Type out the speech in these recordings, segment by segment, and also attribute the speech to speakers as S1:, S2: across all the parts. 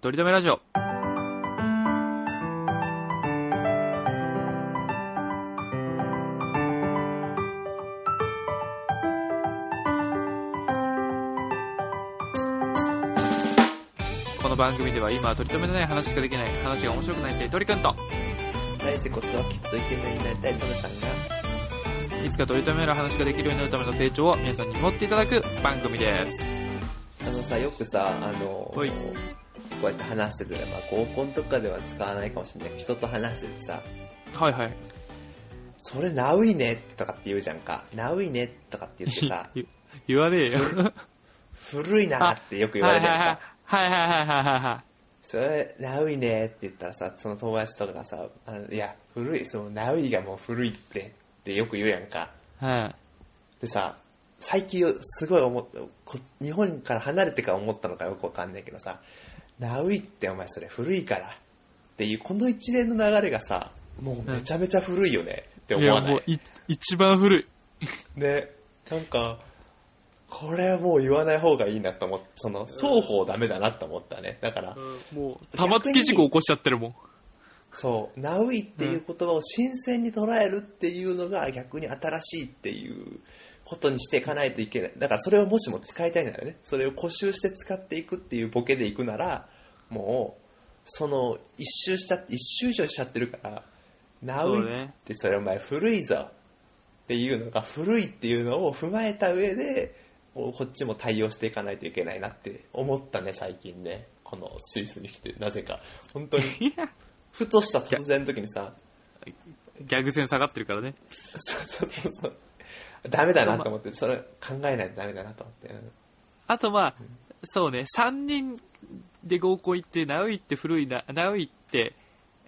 S1: とりとめラジオ。この番組では今は取り留めのない話しかできない話が面白くなりたい鳥くんと
S2: 来世こそはきっとイケメンになりたいトムさんが
S1: いつか取り留める話ができるようになるための成長を皆さんに持っていただく番組です
S2: あのさよくさあの
S1: はい
S2: こうやって話してて、まあ、合コンとかでは使わないかもしれないけど人と話しててさ
S1: はいはい
S2: 「それナウいね」とかって言うじゃんか「ナウいね」とかって言っ てさ
S1: 言言わねえよ
S2: 古いなってよく言われるじゃんか
S1: はいはいはいはいはいは
S2: 「それナウいね」って言ったらさその友達とかがさ「あのいや古いそのナウいがもう古いって」ってよく言うやんか
S1: いはいはい
S2: でさ最近すごい思っこ日本から離れてから思ったのかよくわかんないけどさ「ナウイってお前それ古いから」っていうこの一連の流れがさもうめちゃめちゃ古いよねって思わない,、
S1: いい一番古い
S2: ねなんかこれはもう言わない方がいいなと思ってその双方ダメだなと思ったねだから、
S1: もう玉突き事故起こしちゃってるもん
S2: そう「ナウイっていう言葉を新鮮に捉えるっていうのが逆に新しいっていうことにしていかないといけないだからそれをもしも使いたいならねそれを固集して使っていくっていうボケでいくならもうその一周しちゃって一周以上しちゃってるから「ナウ
S1: そう
S2: イっ
S1: ね
S2: てそれお前古いぞ」っていうのが古いっていうのを踏まえた上でもうこっちも対応していかないといけないなって思ったね最近ねこのスイスに来てなぜか本当に
S1: いや
S2: ふとした突然の時にさ、
S1: ギャグ線下がってるからね
S2: そうそうそうそう、ダメだなと思って、それ考えないとダメだなと思って。うん
S1: あとまあそうね3人で合コン行ってナウイって古いなナウイって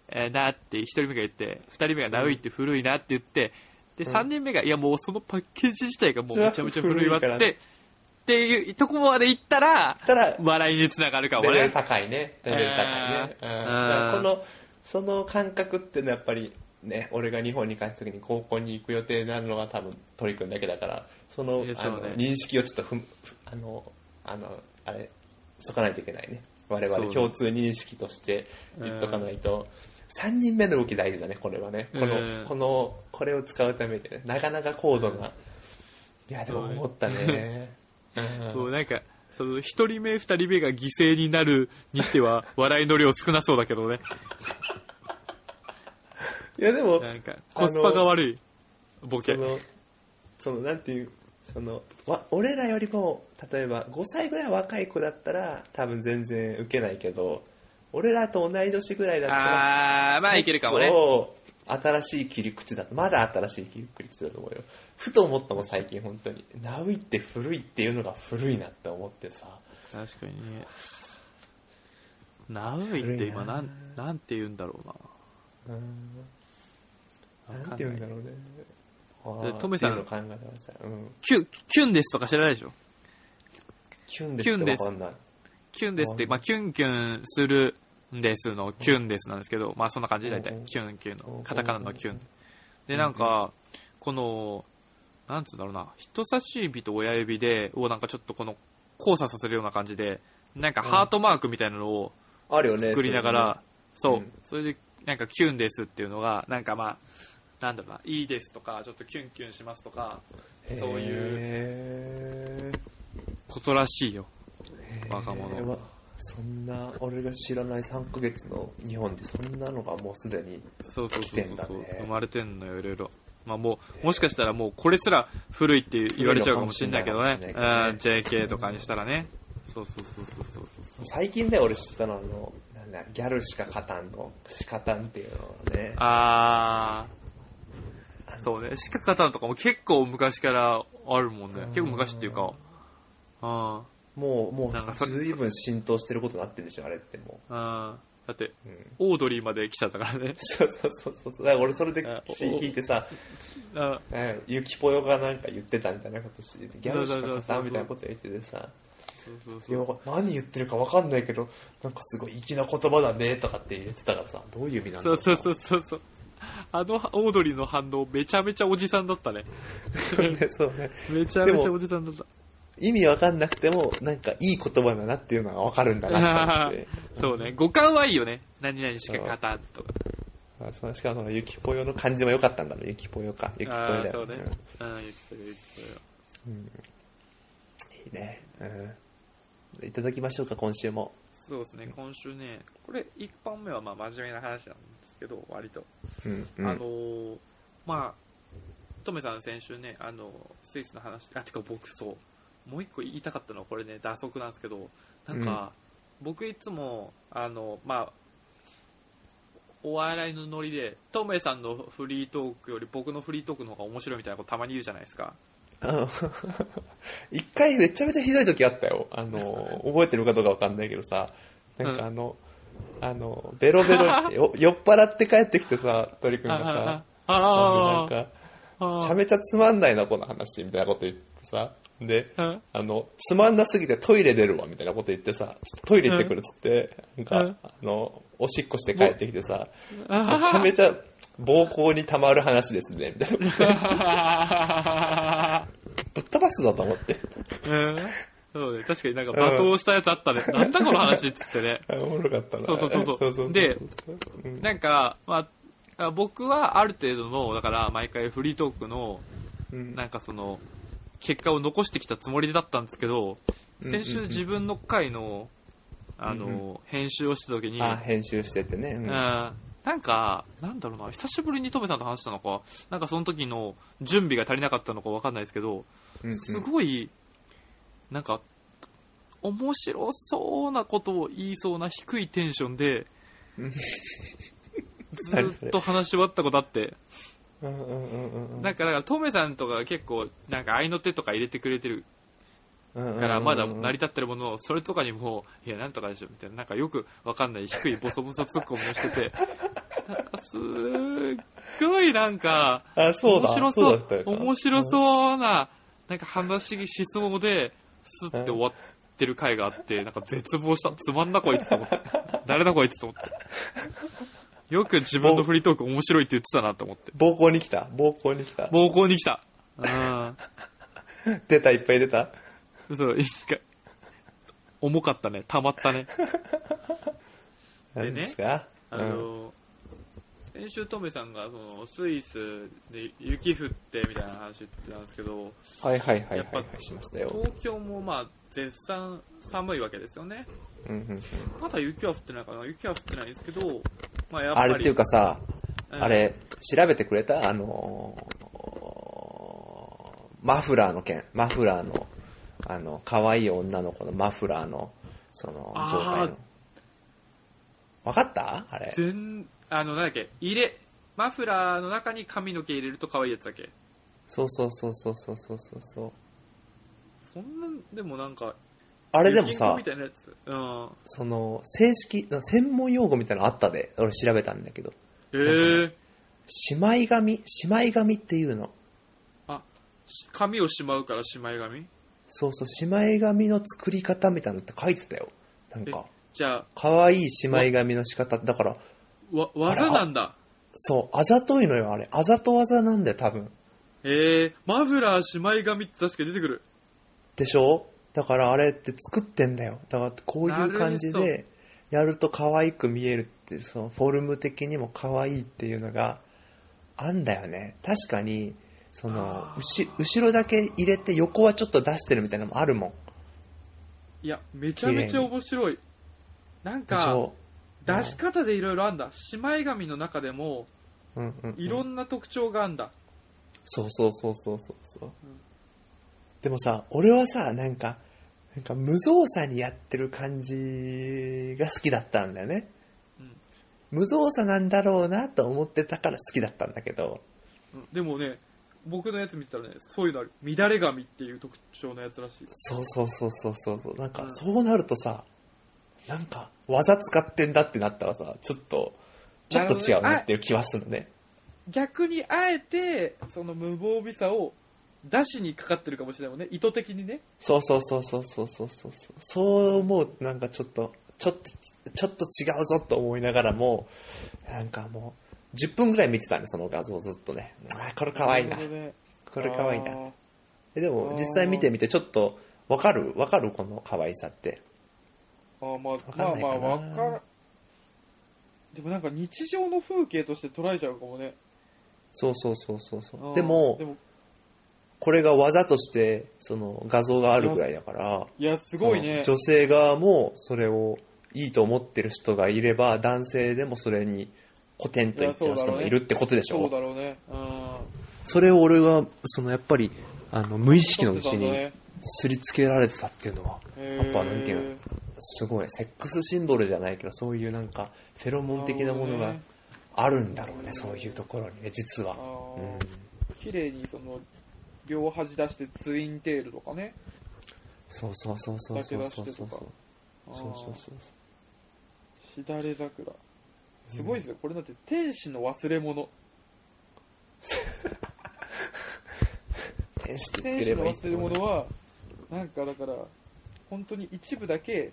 S1: えーなって1人目が言って2人目がナウイって古いなって言ってで
S2: うん
S1: 3人目がいやもうそのパッケージ自体がもうめちゃめちゃ古いわっ
S2: それは古い
S1: てっていうとこまで行ったら
S2: ただ、
S1: 笑いにつながるかも
S2: レベル
S1: ね
S2: 高いね。レベル高いね。
S1: え
S2: う
S1: ー
S2: ん
S1: うん
S2: だからこの、その感覚ってのはやっぱり、ね、俺が日本に帰った時に高校に行く予定になるのが多分鳥くんだけだから、その,、
S1: いや
S2: あの
S1: そうね
S2: 認識をちょっとふんふあの、あの、あれ、しとかないといけないね。我
S1: そう
S2: 々
S1: ね
S2: 共通認識として言っとかないと、3人目の動き大事だね、これはね。この、
S1: うん
S2: この、これを使うためにね、なかなか高度な。いや、でも思った ね。うん
S1: そうなんかその1人目2人目が犠牲になるにして は笑いの量少なそうだけどね
S2: いや、でも、
S1: なんかコスパが悪いボケ
S2: そのそのなんていうそのわ俺らよりも例えば5歳ぐらい若い子だったら多分全然受けないけど俺らと同い年ぐらいだったら
S1: あーまあいけるかもね
S2: こう新しい切り口だまだ新しい切り口だと思うよふと思ったもん最近本当に「ナウイって古い」っていうのが古いなって思ってさ
S1: 確かにねナウイって今なんなんて言うんだろう
S2: うーん
S1: なわ
S2: な
S1: か
S2: ん
S1: ん
S2: て
S1: な
S2: 言うん
S1: い
S2: だろうねあー
S1: トメさん
S2: っていうのを考えました、うん、
S1: キュキュンですとか知らないでしょ
S2: キュンですってわかんない
S1: キュンですって、
S2: うん
S1: まあ、キュンキュンするんですのキュンですなんですけど、まあそんな感じで大
S2: う
S1: 体
S2: ん
S1: キュンキュンの
S2: うん
S1: カタカナのキュ
S2: う
S1: ン
S2: ん
S1: でなんかこのなんつうんだろうな人差し指と親指でをなんかちょっとこの交差させるような感じでなんかハートマークみたいなのを
S2: あるよね
S1: 作りながら、そうう,、
S2: ねうん
S1: それでなんかキュンですっていうのがなんかまあなんだろうないいですとかちょっとキュンキュンしますとかそういう
S2: いう
S1: ことらしいよ若者
S2: えーわそんな俺が知らない3ヶ月の日本でそんなのがもうすでに
S1: そうそう
S2: 来
S1: そう
S2: て
S1: そ
S2: ん
S1: う
S2: だ
S1: そう、
S2: ね
S1: 生まれてんのよいろいろまあもうもしかしたらもうこれすら古いって言われちゃうかもしれないけどね
S2: 古いの
S1: う
S2: か
S1: ん
S2: もしれない
S1: JK とかにしたらねそうそうそうそうそうそう
S2: 最近で俺知ったのはあのなんだギャルしか勝たんのしかたんっていうのはね
S1: ああそうね四角形とかも結構昔からあるもんね結構昔っていうかうん
S2: もうも
S1: なんかそう
S2: 随分浸透してることになってるでしょあれっても
S1: うんだって
S2: う、うん、
S1: オードリーまで来ちゃったからね
S2: そうそうそうそうだから俺それで
S1: あお
S2: 聞いてさ
S1: あ
S2: うんゆきぽよがなんか言ってたみたいなことしててギャルしか勝たんみたいなこと言っててさ
S1: そうそう
S2: い
S1: そ
S2: や
S1: う
S2: 何言ってるか分かんないけどなんかすごい粋な言葉だねとかって言ってたからさどういう意味なんだ
S1: そ
S2: ろ
S1: う
S2: う
S1: そうそうそうそうあのオードリーの反応めちゃめちゃおじさんだったね
S2: そうねそうね
S1: めちゃめちゃおじさんだった
S2: 意味わかんなくても、なんかいい言葉だなっていうのがわかるんだなと思って。
S1: そうね。五感はいいよね。何々しか勝たんとか。
S2: あそのしかもその、ゆきぽよの漢字も良かったんだろう。ゆきぽよか。ゆきぽよ
S1: ああ
S2: だ
S1: ー、そ
S2: よ
S1: うね。ああ、言ってる、言ってる。
S2: うんいいね。うん。いただきましょうか、今週も。
S1: そうですね。今週ね、これ一本目はまあ真面目な話なんですけど、割と。
S2: うん。う
S1: あの
S2: ん、
S1: ーまあ、トメさん先週ね、あの、スイスの話、あ、てか僕そう、もう一個言いたかったのはこれね、打足なんですけど、なんか、僕いつも、あの、まあ、お笑いのノリで、トメさんのフリートークより僕のフリートークの方が面白いみたいなことたまに言うじゃないですか。
S2: あの 一回めちゃめちゃひどい時あったよ。あ の、覚えてるかどうかわかんないけどさ、なんかあの、あの、ベロ ベロ、よ酔っ払って帰ってきてさ、鳥くんがさ、
S1: あ
S2: あ
S1: あ
S2: のなんか、
S1: あ
S2: めちゃめちゃつまんないな、この話、みたいなこと言ってさ、で、
S1: うん
S2: あの、つまんなすぎてトイレ出るわ、みたいなこと言ってさ、ちょっとトイレ行ってくるっつって、な
S1: うんん
S2: か、あの、おしっこして帰ってきてさ、
S1: あ
S2: めちゃめちゃ暴行にたまる話ですね、みたいな。ぶっ飛ばすぞと思って。
S1: うんそうね、確かになんか罵倒したやつあったね。なんだこの話っつってね。
S2: あおもろかったな。
S1: そうそうそう そうで、
S2: うん
S1: なんか、まあ、あ僕はある程度の、だから毎回フリートークの、
S2: うん
S1: なんかその、結果を残してきたつもりだったんですけど、
S2: うん
S1: 先週自分の回の、あ
S2: う
S1: の、編集をした時に、
S2: あ、編集しててね。う
S1: うんんなんか、なんだろうな、久しぶりにトメさんと話したのか、なんかその時の準備が足りなかったのかわかんないですけど、
S2: うん
S1: すごい、なんか、面白そうなことを言いそうな低いテンション で
S2: うん、
S1: ずーっと話し終わったことあって、
S2: うんうんうんうんうん
S1: なんか、だから、トメさんとかが結構、なんか、愛の手とか入れてくれてる
S2: うんうんうんうん
S1: から、まだ成り立ってるものを、それとかにも、いや、なんとかでしょ、みたいな、なんかよくわかんない低いボソボソツッコミをしてて、なんか、すっごいなんか、
S2: あ、そうだ。
S1: 面白そう
S2: だったよ
S1: 面白そうな、なんか話しそうで、スッて終わってる回があって、なんか絶望した。つまんなこいつと思って。誰だこいつと思って。よく自分のフリートーク面白いって言ってたなと思って。
S2: 暴行に来た。暴行に来た。
S1: 暴行に来た。う
S2: 出た、いっぱい出た。
S1: ん。そう、一回。重かったね。溜まったね。でね
S2: 何ですか
S1: あ
S2: うん
S1: の、先週トメさんが、その、スイスで雪降ってみたいな話言ってたんですけど、
S2: はいはいは
S1: やっ
S2: いはいは
S1: ぱ
S2: い。しましたよ。
S1: 東京もまあ、絶賛寒いわけですよね。
S2: うんうんうん
S1: まだ雪は降ってないかな雪は降ってないんですけど、まあやっぱ
S2: あ
S1: り。
S2: れっていうかさ、
S1: うん
S2: あれ、調べてくれたあのーマフラーの件。マフラーの、あの、可愛い女の子のマフラーの、その、
S1: あー
S2: 状態の。わかったあれ。
S1: 全、あの、なんだっけ、入れ、マフラーの中に髪の毛入れると可愛いやつだっけ。
S2: そうそうそうそうそうそうそうそう。
S1: そんな、でもなんか、
S2: あ
S1: あ
S2: れでもさ
S1: み、たいなやつ。うん。
S2: その、正式、な専門用語みたいなのあったで。俺調べたんだけど。
S1: えー、
S2: 姉妹髪姉妹髪っていうの。
S1: あ、し髪をしまうからしまい髪
S2: そうそう、姉妹髪の作り方みたいなのって書いてたよ。なんか、
S1: じゃあ、
S2: 可愛い姉妹髪の仕方。だから、
S1: わ、技なんだ。
S2: そう、あざといのよ、あれ。あざとわざなんだよ、多分。
S1: えー、マフラーしまい髪って確かに出てくる。
S2: でしょだからあれって作ってんだよ。だからこういう感じ
S1: なる
S2: で、やると可愛く見えるって、そのフォルム的にも可愛いっていうのが、あんだよね。確かに、その
S1: あ、ー
S2: うし後ろだけ入れて横はちょっと出してるみたいなのもあるもん。
S1: いや、めちゃめちゃ面白い。なん
S2: でし
S1: か、
S2: ょ
S1: 出し方でいろいろあんだ。しまい髪の中でも、
S2: うんうんうん、
S1: いろんな特徴があんだ。
S2: そうそうそうそうそうそう、
S1: ん
S2: でもさ俺はさなんかなんか無造作にやってる感じが好きだったんだよね、
S1: うん
S2: 無造作なんだろうなと思ってたから好きだったんだけど
S1: でもね、僕のやつ見てたらね、そういうのある。乱れ髪っていう特徴のやつらしい。
S2: そうそうそうそうそうそうなん
S1: う
S2: か
S1: ん
S2: そうなるとさ、なんか技使ってんだってなったらさちょっとちょっと違
S1: なるほ
S2: う
S1: どね
S2: なっていう気はするね
S1: 逆にあえて、その無防備さを出しにかかってるかもしれないもんね。意図的にね。
S2: そうそうそうそうそうそうそうそうそう思うとなんかちょっとちょっとちょっと違うぞと思いながらもなんかもう10分ぐらい見てたねその画像ずっとねあーこれ可愛いな
S1: るほどね
S2: これ可愛いな
S1: あー
S2: えでも
S1: あー
S2: 実際見てみてちょっとわかるわかるこの可愛さって。
S3: あまあ
S2: かん
S3: まあ
S2: ない
S3: ま
S2: かな
S3: あわからでもなんか日常の風景として捉えちゃうかもね
S2: そうそうそうそう
S3: う
S2: そ
S3: ん
S2: う。でも
S3: で、も
S2: これが技として、その画像があるぐらいだから、
S3: いやすごいね
S2: その女性側もそれをいいと思ってる人がいれば、男性でもそれに古典と言っちゃう人もいるってことでし
S3: そう
S2: ょ。
S3: だろうねうん
S2: それを俺は、そのやっぱり、あの、無意識のうち
S3: 撮っ
S2: に
S3: て
S2: すりつけられてたっていうのは、
S3: たんだね
S2: やっぱなんていうの
S3: へ
S2: すごい、セックスシンボルじゃないけど、そういうなんか、フェロモン的なもの
S3: な
S2: が
S3: るほどね
S2: あるんだろうね、そういうところにね、実は
S3: あ。
S2: う
S3: ー
S2: ん
S3: 綺麗にその両端出してツインテールとかね
S2: そうそうそうそうそうそうそう
S3: だ
S2: そう。
S3: け出してとかあー
S2: そうそうそ
S3: し
S2: う。
S3: だれ桜すごいですよ、これだって天使の忘れ物
S2: 天使ってつ
S3: 天
S2: け
S3: 使
S2: れば
S3: の
S2: いい
S3: 忘れ物はなんかだから本当に一部だけ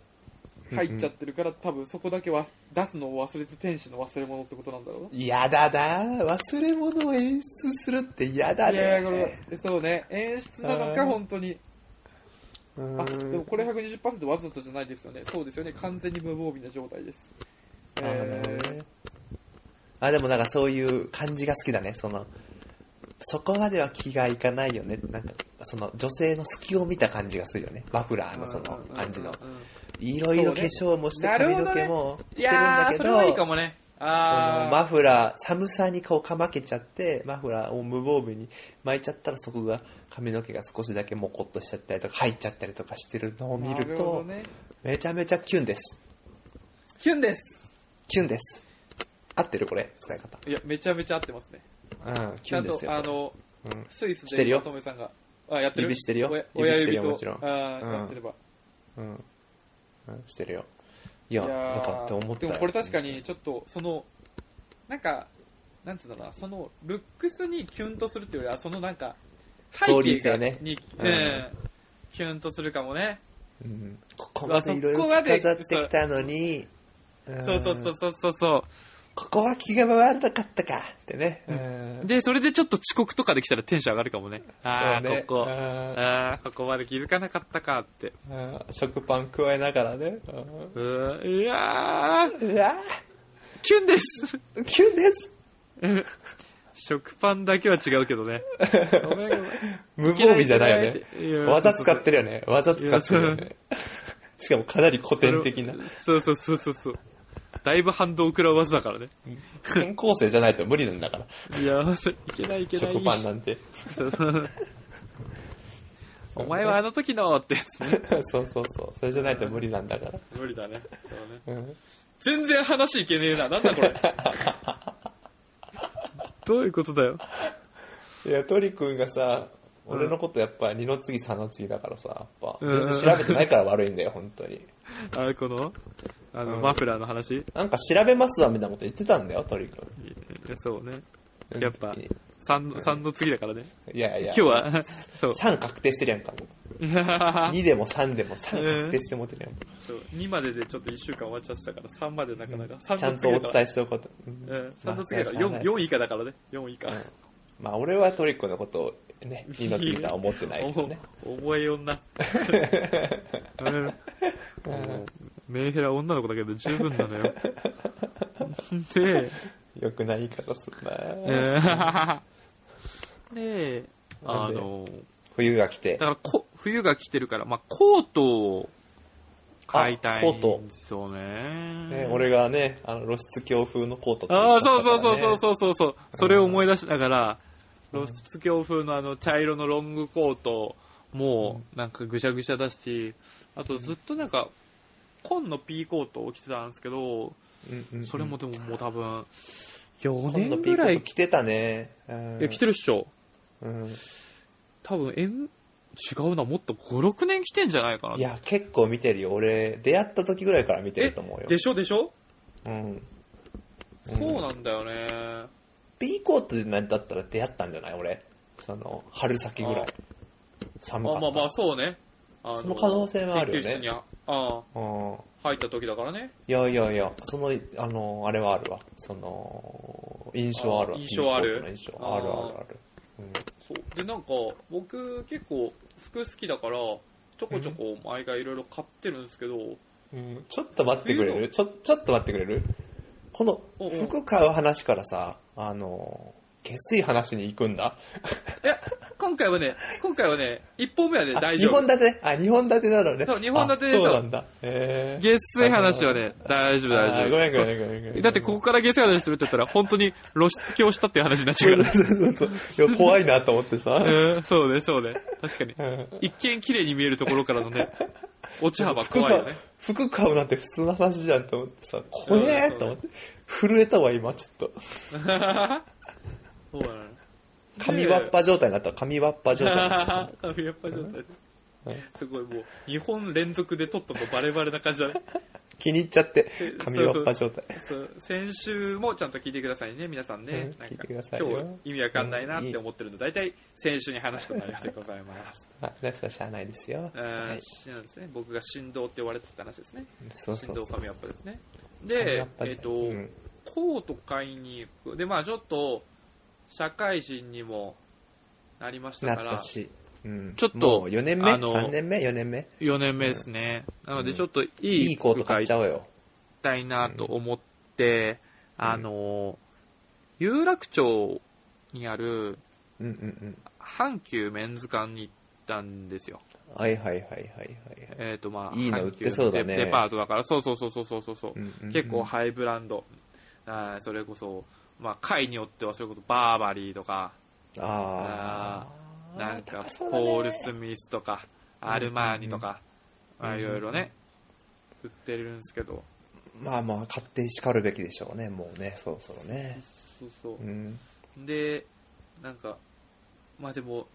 S3: 入っちゃってるから、多分そこだけは出すのを忘れて天使の忘れ物ってことなんだろうな
S2: やだな忘れ物を演出するってやだ
S3: いやいやこ
S2: ね。
S3: れそうね演出なの
S2: あ
S3: か
S2: ー
S3: 本当に
S2: う
S3: あでも
S2: ん
S3: これ120%わざとじゃないですよねそうですよね完全に無防備な状態です
S2: あーなるほど
S3: え
S2: ねあ、でもなんかそういう感じが好きだね、その、そこまでは気がいかないよね。なんか、その女性の隙を見た感じがするよね。マフラー
S3: ー
S2: のその
S3: うんうんうんうん
S2: 感じの。いろいろ化粧もして
S3: そうね
S2: 髪の毛も
S1: い
S2: してるん
S1: や
S2: だ
S1: ー、
S2: け
S1: そ
S2: ど、
S1: れはいいかもね。
S2: そ
S1: あ
S2: の
S1: ー、
S2: マフラー、寒さにこうかまけちゃって、マフラーを無防備に巻いちゃったらそこが髪の毛が少しだけモコっとしちゃったりとか入っちゃったりとかしてるのを見
S3: な
S2: る
S3: るほ
S2: と、
S3: どね
S2: めちゃめちゃキュンです。
S3: キュンです
S2: キュンです。合ってるこれ、使い方。
S3: いやめちゃめちゃ合ってますね
S2: うん、キ
S3: ち
S2: ュ
S3: ゃん
S2: ンで
S3: と
S2: すよ。
S3: あの
S2: これうん
S3: スイス
S2: してる
S3: で
S2: よ
S3: 乙女さんがあやってる
S2: 指してるよ
S3: 親
S2: 指
S3: 親
S2: してる
S3: 指
S2: よ
S3: と
S2: もちろん
S3: あー
S2: うん
S3: やってれば
S2: うん、うん、してるよ。いや、
S3: いや
S2: だ
S3: ー
S2: からって思った
S3: で
S2: よ
S3: もこれ確かにちょっとそのなんかなんつうんだろうなそのルックスにキュンとするっていうよりはそのなんか
S2: ストーリー性ね
S3: 背景がに、
S2: うん
S3: うんキュンとするかもね、
S2: うん、ここまでいろいう
S3: わそこま
S2: ろ
S3: で
S2: 飾ってきたのに、
S1: そうそうそ
S2: ん
S1: うそうそうそ
S2: ここは気が回らなかったかってね。
S1: うん
S2: うん
S1: う。で、それでちょっと遅刻とかできたらテンション上がるかもね。あー、ここ。あー、ここまで気づかなかったかって。
S2: こ、うん食パン加えながらね。
S1: うーいやー、
S2: うわ
S1: キュンです
S2: ぁキュンです
S1: 食パンだけは違うけどね。ごめんごめん
S2: 無防備じゃないよね。
S1: ね
S2: 技使ってるよね。技使ってるよね。しかもかなり古典的な。
S1: そうそうそうそうそう。だいぶ反動を食らう技だからね。
S2: 転校生じゃないと無理なんだから。
S1: いや、いけないいけない。
S2: 食パンなんて。
S1: そうそうお前はあの時のってやつね。
S2: そうそうそう。それじゃないと無理なんだから。
S1: 無理だね。そうね。
S2: うん
S1: 全然話いけねえな。なんだこれ。どういうことだよ。
S2: いや、トリ君がさ、
S1: うん
S2: 俺のことやっぱ二の次三の次だからさ、やっぱ
S1: うん
S2: 全然調べてないから悪いんだよ、本当に。
S1: あれ、この、あの、
S2: うん
S1: マフラーの話い
S2: なんか調べますわみたいなこと言ってたんだよ、トリ君。
S1: やそうね。やっぱ
S2: い、
S1: 3の、三の次だからね。
S2: やい
S1: 今
S2: や。
S1: 日は、そう。
S2: 3確定してるやんか。2でも3でも3確定して持ってるやん。
S1: そう2まででちょっと1週間終わっちゃってたから、3までなかなか。3
S2: ちゃんとお伝
S1: え。
S2: えしておくこと。うん
S1: うん、
S2: まあ
S1: 3の次だから
S2: それは知ら
S1: 4,
S2: ないです
S1: 4以下だからね。4以下。
S2: まあ、俺はトリックのことをね、二の次とは思ってないけ どね。
S1: お覚えよん な。うんもうメンヘラ女の子だけど十分なの よ。で、
S2: よくない言い方する
S1: え
S2: な。
S1: ーで、あの、
S2: 冬が来て
S1: だ。からこ冬が来てるから、まあ、コートを買いたい
S2: あコート
S1: んですよね。
S2: ね、俺がね、あの露出狂風のコートって言
S1: あ
S2: っ
S1: あ、
S2: ちゃ
S1: そ
S2: っ
S1: う
S2: たか
S1: そ
S2: ら
S1: う
S2: ね
S1: そうそうそうそうそう。それを思い出しながら、露出狂風のあの茶色のロングコートもなんかぐしゃぐしゃだし、あとずっとなんか、紺の P コートを着てたんですけど、
S2: うんうんうん
S1: それもでももう多分、4
S2: 今度
S1: 年
S2: ピー
S1: ぐ
S2: コ
S1: ら
S2: ート
S1: い、
S2: 着てたね。うん
S1: いや着てるっしょ。
S2: うん
S1: 多分、えん、違うな、もっと5、6年着てんじゃないかな。
S2: いや、結構見てるよ。俺、出会った時ぐらいから見てると思うよ。
S1: でしょでしょ、
S2: うん。
S1: そうなんだよね。
S2: ピーコートでなんだったら出会ったんじゃない俺。その、春先ぐらい
S1: あ。
S2: 寒か
S1: あ
S2: った。
S1: まあまあ、そうね。あ
S2: その可能性はあるよね
S1: 研究室にああ
S2: うん。
S1: 入った時だからね。
S2: いやいやいや、その、あの、あれはあるわ。その、印象あるわ。
S1: あ印象ある
S2: ピンクコートの印象あるあるある。
S1: そうでなんか僕結構服好きだからちょこちょこ毎回いろいろ買ってるんですけど、
S2: うんちょっと待ってくれ
S1: 冬
S2: るちょ、ちょっと待ってくれるこの
S1: おうおう
S2: 服買う話からさ、あの、下水話に行くんだ。
S1: 今回はね、今回はね、一本目はね、
S2: あ
S1: 大
S2: 二
S1: 丈夫
S2: 本。立てあ、二本立てなのね。
S1: そう二本立てですよ
S2: あそうなんだ。へー
S1: 月水話はね、大丈夫、大
S2: あ
S1: 丈
S2: ー
S1: 夫。
S2: ごめんごめんごめんごめん。
S1: だって ここから月曜日するって言ったら、本当に露出狂したっていう話になっちゃ うから。
S2: そうそうそうそういや怖いなと思ってさ。
S1: うん、そうね、そうね。確かに。
S2: うん
S1: 一見綺麗に見えるところからのね、落ち幅怖いよね。
S2: 服買う服買うなんて普通の話じゃんと思ってさ、怖えと思って。震えたわ、今、ちょっと。
S1: そうだね。
S2: 紙わっぱ状態になった。紙わっぱ状態にな った。
S1: 髪やっぱ状態
S2: うん
S1: すごいもう、2本連続で撮ったのバレバレな感じだね。
S2: 気に入っちゃって
S1: え、
S2: 紙わっぱ状態。
S1: そう先週もちゃんと聞いてくださいね、皆さんね。
S2: うん
S1: なん
S2: 聞い
S1: か
S2: てくださいよ
S1: 今日意味わかんないなって思ってるの、大体先週に話した内容でござい ます。
S2: あ、それはしゃあないですよ。
S1: うん
S2: はい。
S1: そうですね、僕が振動って言われてた話ですね。
S2: そう
S1: 振
S2: そう
S1: 動
S2: そう。
S1: 神アップですね。
S2: 紙
S1: で
S2: わぱ、
S1: え
S2: 状
S1: っ
S2: 態
S1: と、
S2: うん
S1: コート買いに行く。で、まあちょっと、社会人にもなりました
S2: な
S1: か
S2: った
S1: ら、
S2: し。うん
S1: ちょっと
S2: もう4年目
S1: あの
S2: ?3 年目 ?4 年目
S1: 4年目ですね。なので、ちょっとい
S2: い
S1: い
S2: いコー
S1: 服
S2: ト買
S1: 買
S2: っ
S1: い
S2: ちゃおうよ。
S1: たいなと思って、
S2: うん
S1: あの、有楽町にある
S2: うんうんうん。
S1: 阪急メンズ館に行ったんですよ。
S2: はいはいはいはいはい。
S1: えっ、とまあ、
S2: いいの売ってそうだね
S1: 阪急デデパートだから、そうそうそうそうそうそうそう、
S2: うんうんうん
S1: 結構ハイブランド。あーそれこそ、まあ、会によってはそれこそバーバリーとか、
S2: ああ。
S1: なんか
S2: 高そうだね
S1: ポール・スミスとか、アルマーニとか、
S2: うんうん
S1: まあいろいろね、売ってるんですけど、
S2: まあまあ、勝手に叱るべきでしょうね、もうね、そろそろね。
S1: そうそう
S2: う。ん。
S1: で、なんか、まあでも、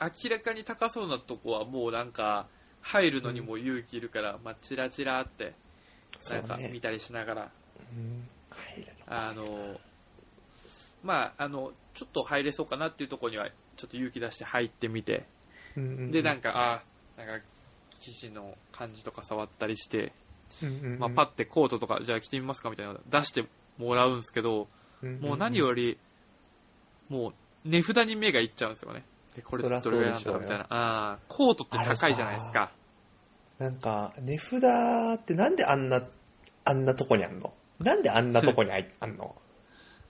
S1: 明らかに高そうなとこはもうなんか、入るのにも勇気いるから、まあ、チラチラって、
S2: そ
S1: なん
S2: う
S1: か
S2: ね
S1: 見。たりしながら、
S2: うん入る
S1: あの、まあ、あの、ちょっと入れそうかなっていうところには、ちょっと勇気出して入ってみて、
S2: のうんうんうん
S1: で、なんか、あーなんか、生地の感じとか触ったりして、
S2: うんうんうん
S1: まあ、パッてコートとか、じゃあ着てみますかみたいなの出してもらうんですけど、
S2: うんんん
S1: もう何より、もう値札に目がいっちゃうんですよね。で、これ
S2: そ
S1: ど
S2: り
S1: れ
S2: ゃそ
S1: ぐら
S2: う
S1: いなんだろ
S2: でしょうよ
S1: うみたいな。ああ、コートって高いじゃないですか。
S2: なんか、値札ってなんであんな、あんなとこにあんのなんであんなとこにあいあんの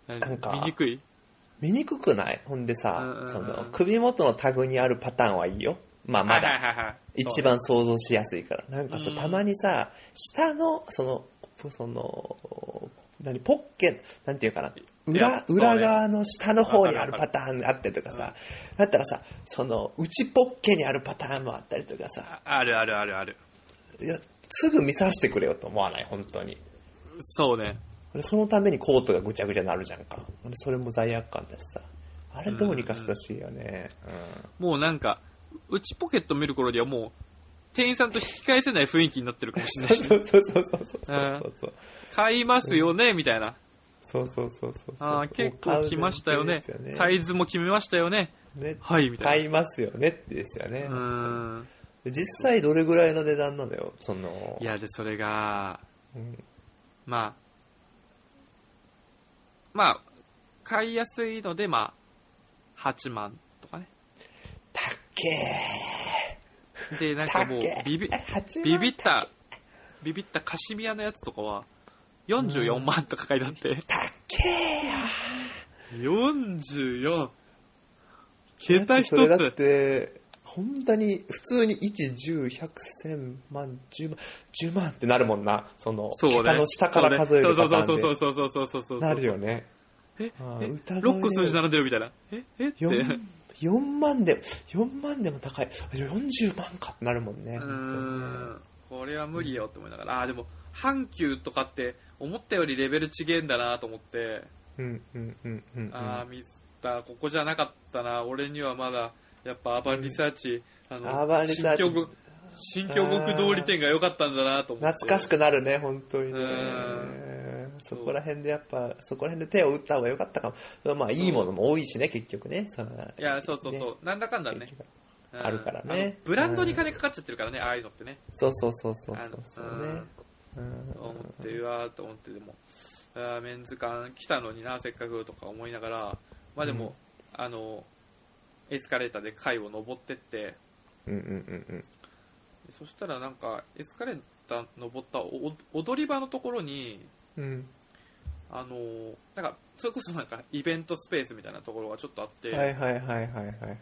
S1: なん
S2: なんか
S1: 見にくい
S2: 見にくくないほんで
S1: うんうんう
S2: さ、
S1: ん
S2: その、首元のタグにあるパターンはいいよ。まあま
S1: はい
S2: だ、
S1: はいはいはい、
S2: 一番想像しやすいから。なんかさ
S1: う、ん
S2: たまにさ、下の、その、ぽその、何、ポッケ、なんていうかな、
S1: い
S2: 裏
S1: や、そうね
S2: 裏側の下の方にあるパターンがあってとかさ、だったらさ、その、内ポッケにあるパターンもあったりとかさ、
S1: ああるあるあるある。
S2: いや、すぐ見させてくれよと思わない、本当に。
S1: そうね。
S2: でそのためにコートがぐちゃぐちゃになるじゃんか。でそれも罪悪感だしさ。あれどうにかしてほしいよね。
S1: もうなんか、内ポケット見る頃にはもう、店員さんと引き返せない雰囲気になってるかもしれ
S2: うん。
S1: ないし
S2: そうそうそうそうそうそうそう。
S1: 買いますよねみたいな。
S2: そうそうそうそうそう。
S1: ああ、結構来ましたよね
S2: 買う前提ですよ
S1: サイズも決めましたよね。
S2: ね
S1: はい、みたい
S2: 買いますよねってですよ
S1: な。
S2: ね
S1: う。ーん。
S2: で実際どれぐらいの値段なのよ、その。
S1: いや、で、それが、
S2: うん、
S1: まあ、まあ、買いやすいので、まあ、8万とかね。
S2: たっけ
S1: で、なん
S2: ー。た
S1: か
S2: っ
S1: もう
S2: けー。
S1: ビビ、
S2: 8
S1: ビビった、ビビったカシミヤのやつとかは、44万とか書いてあって、
S2: たっけー
S1: 44!
S2: よ。
S1: 桁一
S2: それだっ
S1: つ
S2: て、本当に普通に1、10、100、1000万、10万、10万ってなるもんな。その、
S1: そうね。
S2: 桁の下から数える
S1: そ
S2: パ
S1: う
S2: タ
S1: ね
S2: ーン
S1: そう
S2: で
S1: そうそうそうそうそうそうそうそう。
S2: なるよね。
S1: え、
S2: あ
S1: え
S2: ー疑いね
S1: 6個数字並んでるみたいな。ええって。
S2: 4, 4万で、4万でも高い。40万かってなるもんね。
S1: う
S2: 本
S1: ーんこれは無理よと思いながら、あーでも阪急とかって思ったよりレベル違えんだなと思って、
S2: 当にねうんうんうんうんうん。
S1: ああミスターここじゃなかったな俺にはまだやっぱアーバンリサーチ、あの
S2: アーバンリサーチ
S1: 新京極新京極通り店が良かったんだなと思って
S2: 懐かしくなるね、本当にね
S1: う。
S2: そこら辺でやっぱ、そこら辺で手を打った方が良かったかも。まあ、いいものも多いしね、結局ね。その
S1: いやそうそうそう、
S2: ね
S1: なんだかんだね
S2: 結局
S1: うん
S2: あるからね
S1: あのブランドに金かかっちゃってるからね、ああいうのってね
S2: そうそうそうそう
S1: あ
S2: そ
S1: の
S2: うそうね。うん
S1: 思ってうわーと思ってでもあーメンズ館来たのになせっかくとか思いながらまあでも、あのエスカレーターで階を登ってって
S2: うんうんうんうん。
S1: そしたらなんかエスカレーター登ったお踊り場のところに
S2: うん。
S1: あのーなんかそれこそなんかイベントスペースみたいなところがちょっとあって、
S2: はいはいはいはいはいはい。
S1: あの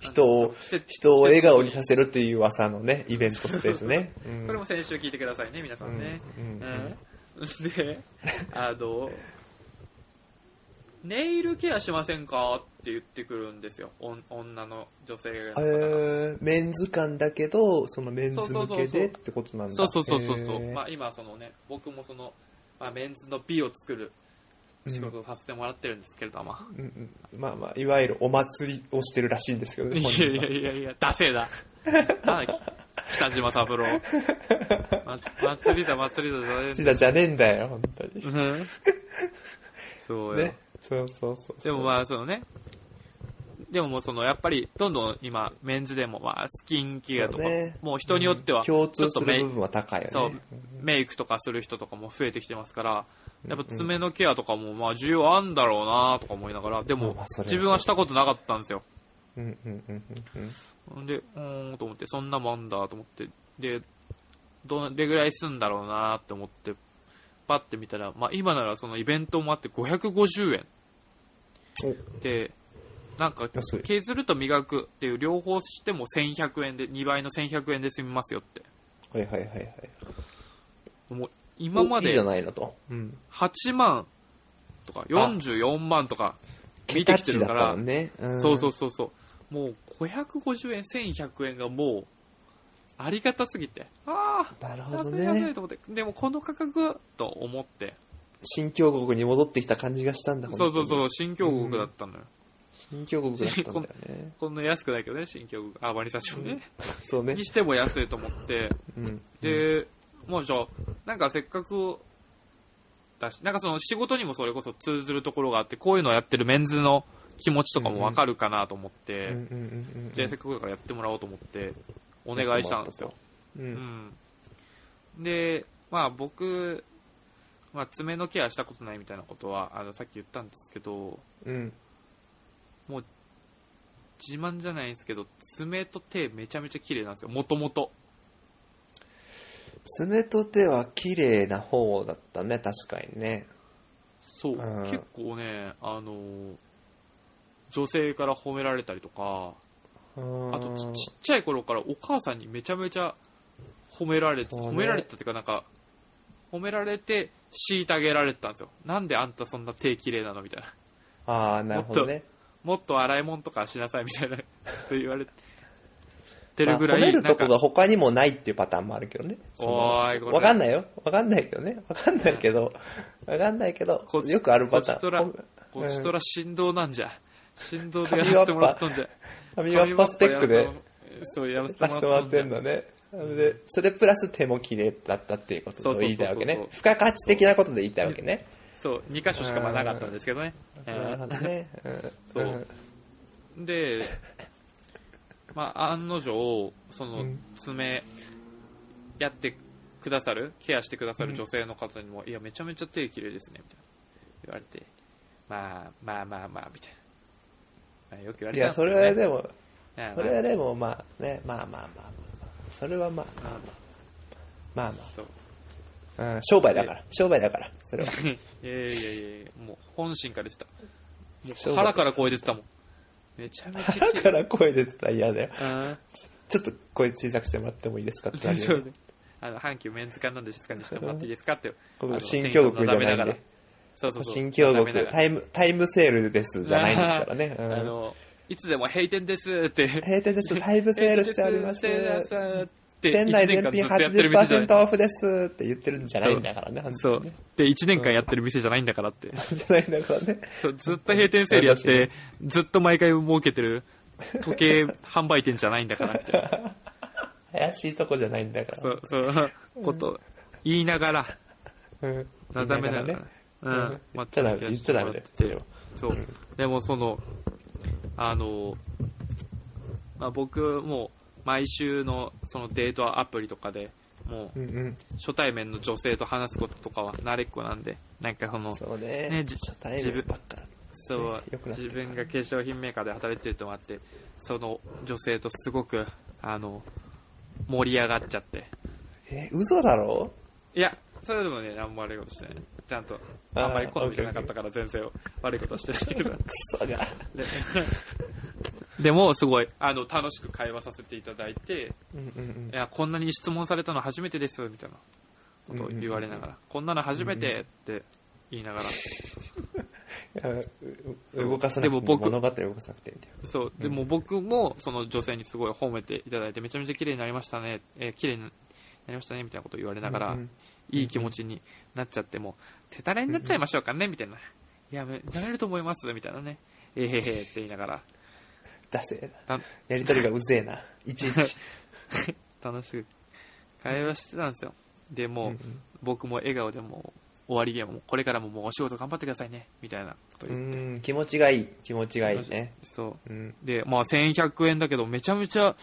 S2: 人を、
S1: 施設
S2: 人を笑顔に
S1: 施
S2: させるっていう噂のね、イベントスペースね。
S1: 設これも先週聞いてくださいね皆さんね、
S2: うんうんうん
S1: うんであのネイルケアしませんかって言ってくるんですよおん女の女性の方
S2: え
S1: が
S2: ーメンズ感だけど、そのメンズ
S1: そう
S2: 向
S1: そうそ
S2: け
S1: うそう
S2: でってことなんだ
S1: そうそうそうそうそう、
S2: へー
S1: まあ、今そのね僕もその、まあ、メンズの美を作る仕事をさせてもらってるんですけれども、
S2: うんうんまあまあ、いわゆるお祭りをしてるらしいんですけどね、
S1: い
S2: 本
S1: や
S2: 人
S1: いや
S2: はい
S1: やいやダセえだなんだき北島三 郎ま祭りだ祭りだじゃねえ
S2: つ
S1: ん
S2: い
S1: だ
S2: たじゃねえんだよ、本当に。
S1: うんそうよ、
S2: ね。そうそうそうそう。
S1: でもまあそのねでももうそのやっぱりどんどん今メンズでもまあスキンケアとか、
S2: そうね
S1: もう人によっては
S2: うん
S1: ちょ
S2: 共
S1: っ
S2: 通す
S1: とメイ
S2: る部分は高いよね。
S1: そうメイクとかする人とかも増えてきてますから、やっぱ爪のケアとかも、まあ、需要あんだろうなとか思いながら、で
S2: まあ
S1: も
S2: まあ、それは
S1: 自分はしたことなかったんですよ。
S2: うんうんうんうんうん。
S1: んで、うーんと思って、そんなもんだと思って、で、どれぐらいすんだろうなって思って、パッて見たら、まあ、今ならそのイベントもあって550円で、なんか
S2: 安い、
S1: 削ると磨くっていう両方しても1100円で、2倍の1100円で済みますよって。
S2: おはいはいはいはい。
S1: もう、今ま
S2: おいい
S1: で
S2: じゃないのと。うん。
S1: 8万とか44万とか見て
S2: タ
S1: きて
S2: チ
S1: る
S2: だ
S1: か、
S2: かららね。ん
S1: そうそうそうそうもう550円1100円がもうありがたすぎてあ
S2: なる
S1: あ
S2: ほど
S1: 安い安
S2: ね
S1: い。と思ってでもこの価格と思って
S2: 新京国に戻ってきた感じがしたんだ、
S1: そうそう
S2: う。
S1: そう新京国だったのよ、
S2: 新京国だったんだよ ね。
S1: こんな安くないけどね新京国あバリサチもね、
S2: そうね
S1: に。しても安いと思って
S2: うん。
S1: で、もうじゃあなんかせっかくだしなんかその仕事にもそれこそ通ずるところがあってこういうのをやってるメンズの気持ちとかもわかるかなと思って、
S2: うん、うんうんうんうん。
S1: じゃあせっかくだからやってもらおうと思ってお願いしたんですよ、
S2: う。
S1: うんん、でまあ僕、まあ、爪のケアしたことないみたいなことはあのさっき言ったんですけど
S2: うん。
S1: 自慢じゃないんですけど爪と手めちゃめちゃ綺麗なんですよもともと
S2: 爪と手は綺麗な方だったね、確かにね。
S1: そう、
S2: うん
S1: 結構ねあの女性から褒められたりとか
S2: あ
S1: あとちちっちゃい頃からお母さんにめちゃめちゃ褒められて、
S2: そうね
S1: 褒められたっていうかなんか、褒められて虐げられてたんですよ。なんであんたそんな手綺麗なのみたいな。
S2: ああ、なるほどね。
S1: もっと洗い物とかしなさいみたいな こと言われてるぐらい、
S2: まあ褒める
S1: な
S2: と
S1: んか
S2: こが他にもないっていうパターンもあるけどね。その
S1: おーいこれ
S2: わかんないよ。わかんないけどね。わかんないけど、わかんないけど
S1: こっ、ち
S2: よくあるパタ
S1: こっちとら
S2: ーン。
S1: こっちとら振動なんじゃ。振動でやらせてもらったんじゃ。
S2: 髪ワッパスペックで
S1: 髪ワッパやらせてもそう、やらせて
S2: させて
S1: も
S2: も
S1: ら
S2: ら
S1: っ
S2: ったて
S1: ん
S2: ん
S1: じゃ。
S2: だね。で、それプラス手も綺麗だったっていうこ
S1: そ
S2: と
S1: う
S2: を
S1: そうそうそう
S2: 言いたいわけね。付加価値的なことで言いたいわけね。
S1: そう、2箇所しかまあなかったんですけどね。え
S2: なる
S1: ー
S2: ほどね。
S1: そうんで、まあ、案の定、その
S2: うん、
S1: 爪、やってくださる、ケアしてくださる女性の方にも、いや、めちゃめちゃ手綺麗ですね、みたいな。言われて、まあ、まあまあまあ、みたいな。まあ、よく言わ
S2: い
S1: れちゃう
S2: や、
S1: んです
S2: そ
S1: け
S2: れ
S1: ど
S2: は
S1: ね
S2: でも、
S1: まあ
S2: それはでも、まあね、まあまあまあまあまあ。それはまあ
S1: まあま
S2: まあ
S1: あそう
S2: まあ。うん、商売だから。商売だから。それは。
S1: いやいやいやいやもう、本心からした。も
S2: そう
S1: う、
S2: だ
S1: 腹から声出てたもん。めちゃめちゃ綺
S2: だ
S1: 麗。
S2: から声出てたら嫌だよ。
S1: うん
S2: ちょっと声小さくしてもらってもいいですかってなる よ
S1: そう
S2: ね
S1: ね。あの、阪急メンズ館なんで静かにしてもらっていいですかって。
S2: 僕
S1: あの
S2: 新京極じゃないんで
S1: テンションのめがらそうそうそう。
S2: 新京
S1: なめなが
S2: 極、
S1: ら
S2: タイム、タイムセールですじゃないんですからね。
S1: あ
S2: うん
S1: の、いつでも閉店ですって。
S2: 閉店です。タイムセールしてあります。
S1: 閉店ですって、
S2: 店
S1: 1
S2: 内
S1: 年
S2: 全
S1: 間ずっとや
S2: 品
S1: ってる店じゃない。
S2: 80%オフですって言ってるんじゃないんだからね。
S1: そ
S2: 本
S1: う。で、1年間やってる店じゃないんだからって。
S2: 当にねじゃないんだからね。
S1: そう、ずっと閉店セールやっ
S2: そうだ
S1: て、ずっと毎回儲けてる時計販売店じゃないんだから、みたい な。
S2: 怪しいとこじゃないんだから。
S1: そう、そう、こと、言いながら、
S2: うん。
S1: なだめなが
S2: ね
S1: ら。。う
S2: うんん。言っちゃダメだよ。言っちゃダメだよ。それは。
S1: そう。でもその、あの、まあ、僕も毎週のそのデートアプリとかでも
S2: う
S1: うん
S2: うん。
S1: 初対面の女性と話すこととかは慣れっこなんで、なんかその、
S2: そうね。
S1: ねじ
S2: 初対面ばっか。
S1: そう
S2: よくなって
S1: 自
S2: るから
S1: 分が化粧品メーカーで働いてるともあってその女性とすごくあの盛り上がっちゃって。
S2: え、嘘だろ
S1: いや、それでもね、何も悪いことしてない。ちゃんと、
S2: あー
S1: あんまり好みじゃなかったから全然悪いことはしてないけど。
S2: クソが。
S1: ででも、すごい、あの、楽しく会話させていただいて、
S2: うんうんうん
S1: いや、こんなに質問されたの初めてです、みたいなことを言われながら、こんなの初めてって言いながら、
S2: いやうう動かさなくて
S1: でも
S2: も
S1: 僕
S2: 物語動かさなくてみたい
S1: そう、でも僕も、その女性にすごい褒めていただいて、めちゃめちゃ綺麗になりましたね、えー綺麗になりましたね、みたいなことを言われ
S2: な。
S1: ながら、
S2: うん
S1: いい気持ちになっちゃっても、手たれになっちゃいましょうかね、みたいな。いや、めなれると思います、みたいなね。えへへって言いながら、
S2: ダセえ
S1: あ
S2: な。やりとりがうぜえな。いちいち。
S1: 楽しく会話してたんですよ。で、 もう
S2: う
S1: ん
S2: うん
S1: 僕も笑顔でもう終わりでもう、これからももうお仕事頑張ってくださいね、みたいなこと
S2: う
S1: 言って。
S2: ん、気持ちがいい。気持ちがいいね。
S1: そう。
S2: うん。
S1: で、まあ1100円だけど、めちゃめちゃ、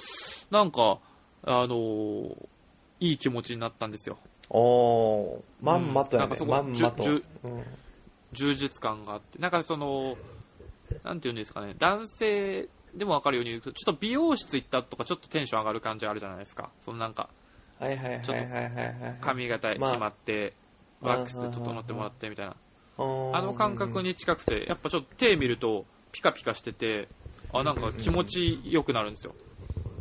S1: なんか、あのーいい気持ちになったんですよ。
S2: おー、まんまとや
S1: うんなんか
S2: ね。
S1: そこ
S2: まんま
S1: じ
S2: と
S1: ゅ。
S2: うん
S1: 充実感があって、なんかその、なんていうんですかね、男性でもわかるように言うと、ちょっと美容室行ったとか、ちょっとテンション上がる感じあるじゃないですか。そのなんか、
S2: はいはいはい
S1: ちょ
S2: は
S1: っ
S2: い
S1: と
S2: はいはい。
S1: 髪型決
S2: まあ
S1: まって、
S2: うん
S1: ワックス整ってもらってみたいな。
S2: あ
S1: あの感覚。に近くて、やっぱちょっと手見ると、ピカピカしてて、あ、なんか気持ちよくなるんですよ。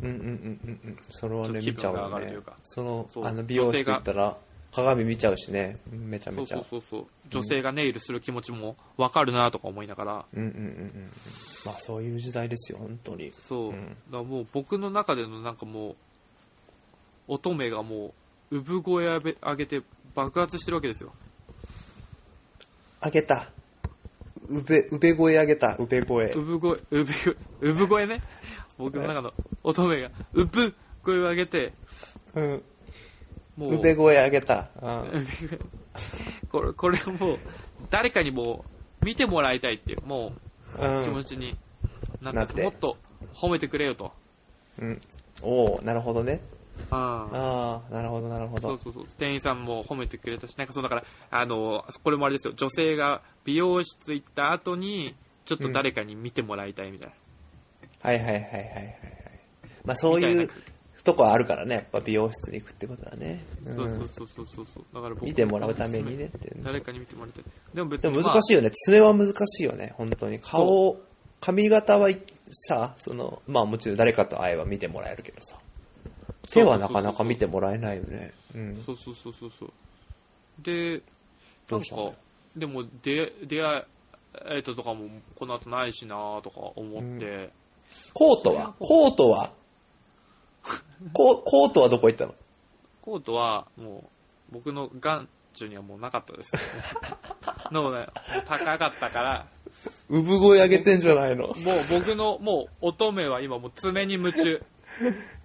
S2: うんうんうんうんうん。それは
S1: ちょ
S2: ね、
S1: っと気
S2: 見ちゃ
S1: 分が
S2: う
S1: 上
S2: よ
S1: がると
S2: ね
S1: いうか。
S2: その、
S1: そう
S2: あの、美容
S1: 女性
S2: 室
S1: が
S2: 行ったら、鏡見ちゃうしね。めちゃ
S1: そ
S2: め
S1: う
S2: ち
S1: そ
S2: ゃ
S1: う。そうそう。女性がネイルする気持ちもわかるなとか思いながら、
S2: うんうんうんうん。まあそういう時代ですよ、本当に。
S1: そう。
S2: うん
S1: だからもう僕の中でのなんかもう、乙女がもう、産声上げ上げて爆発してるわけですよ。
S2: あげた。うべ、うべ声あげた、うべ声。
S1: 産声、産声、産声ね。僕の中の乙女が、産声を上げて、
S2: うん。
S1: もう、
S2: うべ声あげた。う
S1: 産
S2: ん。
S1: 声 これ、これはもう、誰かにもう、見てもらいたいっていう、も
S2: う
S1: う、気持
S2: ん。
S1: ちにな
S2: な
S1: っ
S2: ってて
S1: て、もっと褒めてくれよと。
S2: うん、おおなるほどね。
S1: ああ。
S2: ああ、なるほど、なるほ
S1: そう
S2: ど。
S1: そうそう。店員さんも褒めてくれたし、なんかそうだから、あの、これもあれですよ、女性が美容室行った後に、ちょっと誰かに見てもらいたいみたいな。
S2: はいはいはいはいはいはい。まあそうい
S1: み
S2: う
S1: たい
S2: とこあるからね、やっぱ美容室に行くってことはね。うん
S1: そうそうそうそうそうそう。だから僕
S2: 見てもらうためにねって。
S1: 誰かに見てもらいたい。でも別
S2: で
S1: に、
S2: も
S1: まあ
S2: 難しいよね。爪は難しいよね、本当に。顔、髪型はいさ、その、まあもちろん誰かと会えば見てもらえるけどさ。手はなかなか見てもらえないよね。うん。
S1: そうそうそうそうそう。で、な
S2: ど
S1: ん
S2: うしたの
S1: か、でも出、出会えたとかも、この後ないしなとか思って、
S2: コートはコートはココートはどこ行ったの
S1: コートは、もう、僕の眼中にはもうなか ったです、ね。のね、高かったから、
S2: 産声上げてんじゃないの
S1: もう僕の、もう乙女は今もう爪に夢中。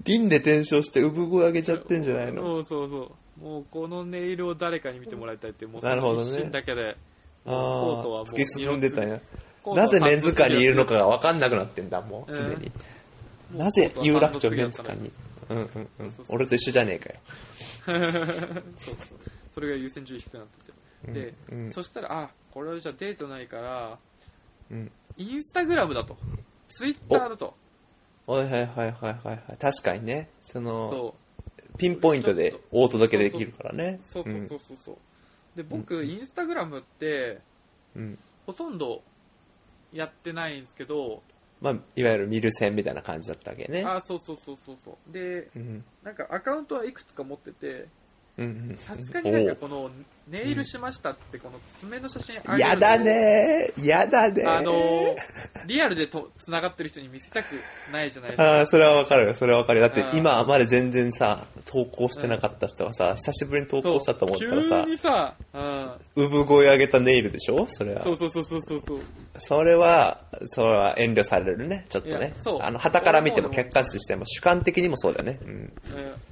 S2: 銀で転生して産声上げちゃってんじゃ ないの
S1: そうそうそう。もうこのネイルを誰かに見てもらいたいっていう、もうそ
S2: なるほ
S1: の
S2: どね
S1: 一心だけで、コー
S2: あ
S1: トはも
S2: あ、
S1: う
S2: 突き進んでたんや。
S1: コート
S2: な
S1: は
S2: ぜ
S1: 三
S2: メン
S1: 度
S2: ズ
S1: つける
S2: 館
S1: やつ
S2: にいる のかが分かんなくなってんだ、もう、すでに。なぜ有楽町メンズ館に。うんうんう
S1: そ
S2: ん
S1: うそう。そう
S2: 俺と一緒じゃねえかよ。
S1: そうそうそれが優先順位低くなって
S2: うん
S1: て、
S2: う
S1: で、
S2: ん
S1: そしたらあこれはじゃあデートないから
S2: うん。
S1: インスタグラムだとツイッターだと
S2: はいはいはいはいはいはい。確かにね。その、
S1: そ
S2: ピンポイントでお届けできるからね
S1: う。そうそうそうそうそうで
S2: う
S1: 僕
S2: ん
S1: インスタグラムって
S2: うん。うん。
S1: ほとんどやってないんですけど
S2: まあ、いわゆる見る線みたいな感じだったわけね。
S1: あそうそうそうそうそうで
S2: うん。
S1: なんかアカウントはいくつか持ってて
S2: うんうん。
S1: さすがになんかこのネイルしましたってこの爪の写真あげるの
S2: やだねーやだねー
S1: あのリアルでと繋がってる人に見せたくないじゃないですか
S2: あーそれはわかるよ、それはわかるよ。だ
S1: う
S2: っ
S1: ん
S2: て今まで全然さ、投稿してなかった人がさ、久しぶりに投
S1: そう
S2: 稿したと思ったらさ
S1: 急、にさ、うん、
S2: 産声上げたネイルでしょそれは
S1: そ。うそうそうそうそうそう
S2: それは、それは遠慮されるね、ちょっと
S1: い
S2: ね
S1: や。そう
S2: あの、旗から見ても
S1: 俺も
S2: 客観視しても主観的にもそうだよね。うん。
S1: うん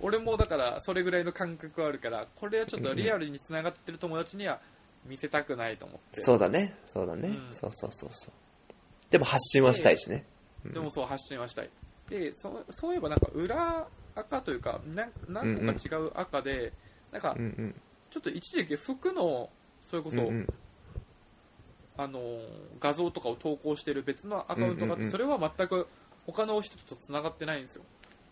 S1: 俺もだからそれぐらいの感覚はあるからこれはちょっとリアルにつながってる友達には見せたくないと思って、
S2: そうだね、そうだね。
S1: うん
S2: そうそうそうそう。でも発信はしたいしね。うん
S1: でもそう発信はしたいでそそういえばなんか裏赤というかなん何個か違う赤で、なんか
S2: うんうん。
S1: ちょっと一時期服のそれこそ、
S2: うんうん
S1: あのー画像とかを投稿してる別のアカウントがあって、
S2: うんうんうん
S1: それは全く他の人とつながってないんですよ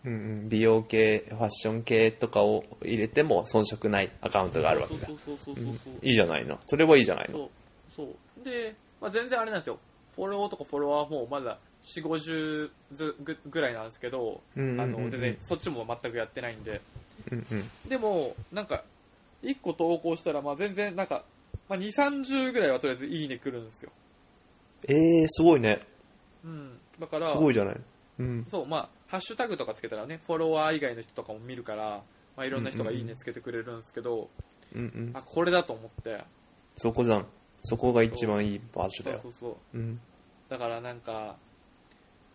S2: うんうん、美容系、ファッション系とかを入れても遜色ないアカウントがあるわけだ
S1: そ。うそうそうそう
S2: う
S1: そうん
S2: いいじゃないの。それはいいじゃない
S1: そ
S2: の。
S1: うそうで、まあ、全然あれなんですよフォローとかフォロワーもまだ4 5 0ぐぐらいなんですけど、
S2: うんうんうんうん
S1: あの全然そっちも全くやってないんで
S2: うんうん。
S1: でもなんか
S3: 1個投稿したら、まあ、全然なんか、まあ、2、30ぐらいはとりあえずいいね来るんですよ。
S2: えー、すごいね。
S1: うんだから
S2: すごいじゃない。うん。
S1: そうまあハッシュタグとかつけたらねフォロワー以外の人とかも見るから、まあ、いろんな人がいいねつけてくれるんですけど、
S2: うんうん。
S1: あこれだと思って
S2: そこじゃん。そこが一番いい場所
S1: そ
S2: だ
S1: う
S2: よ
S1: そ。うそう
S2: うん。
S1: だからなんか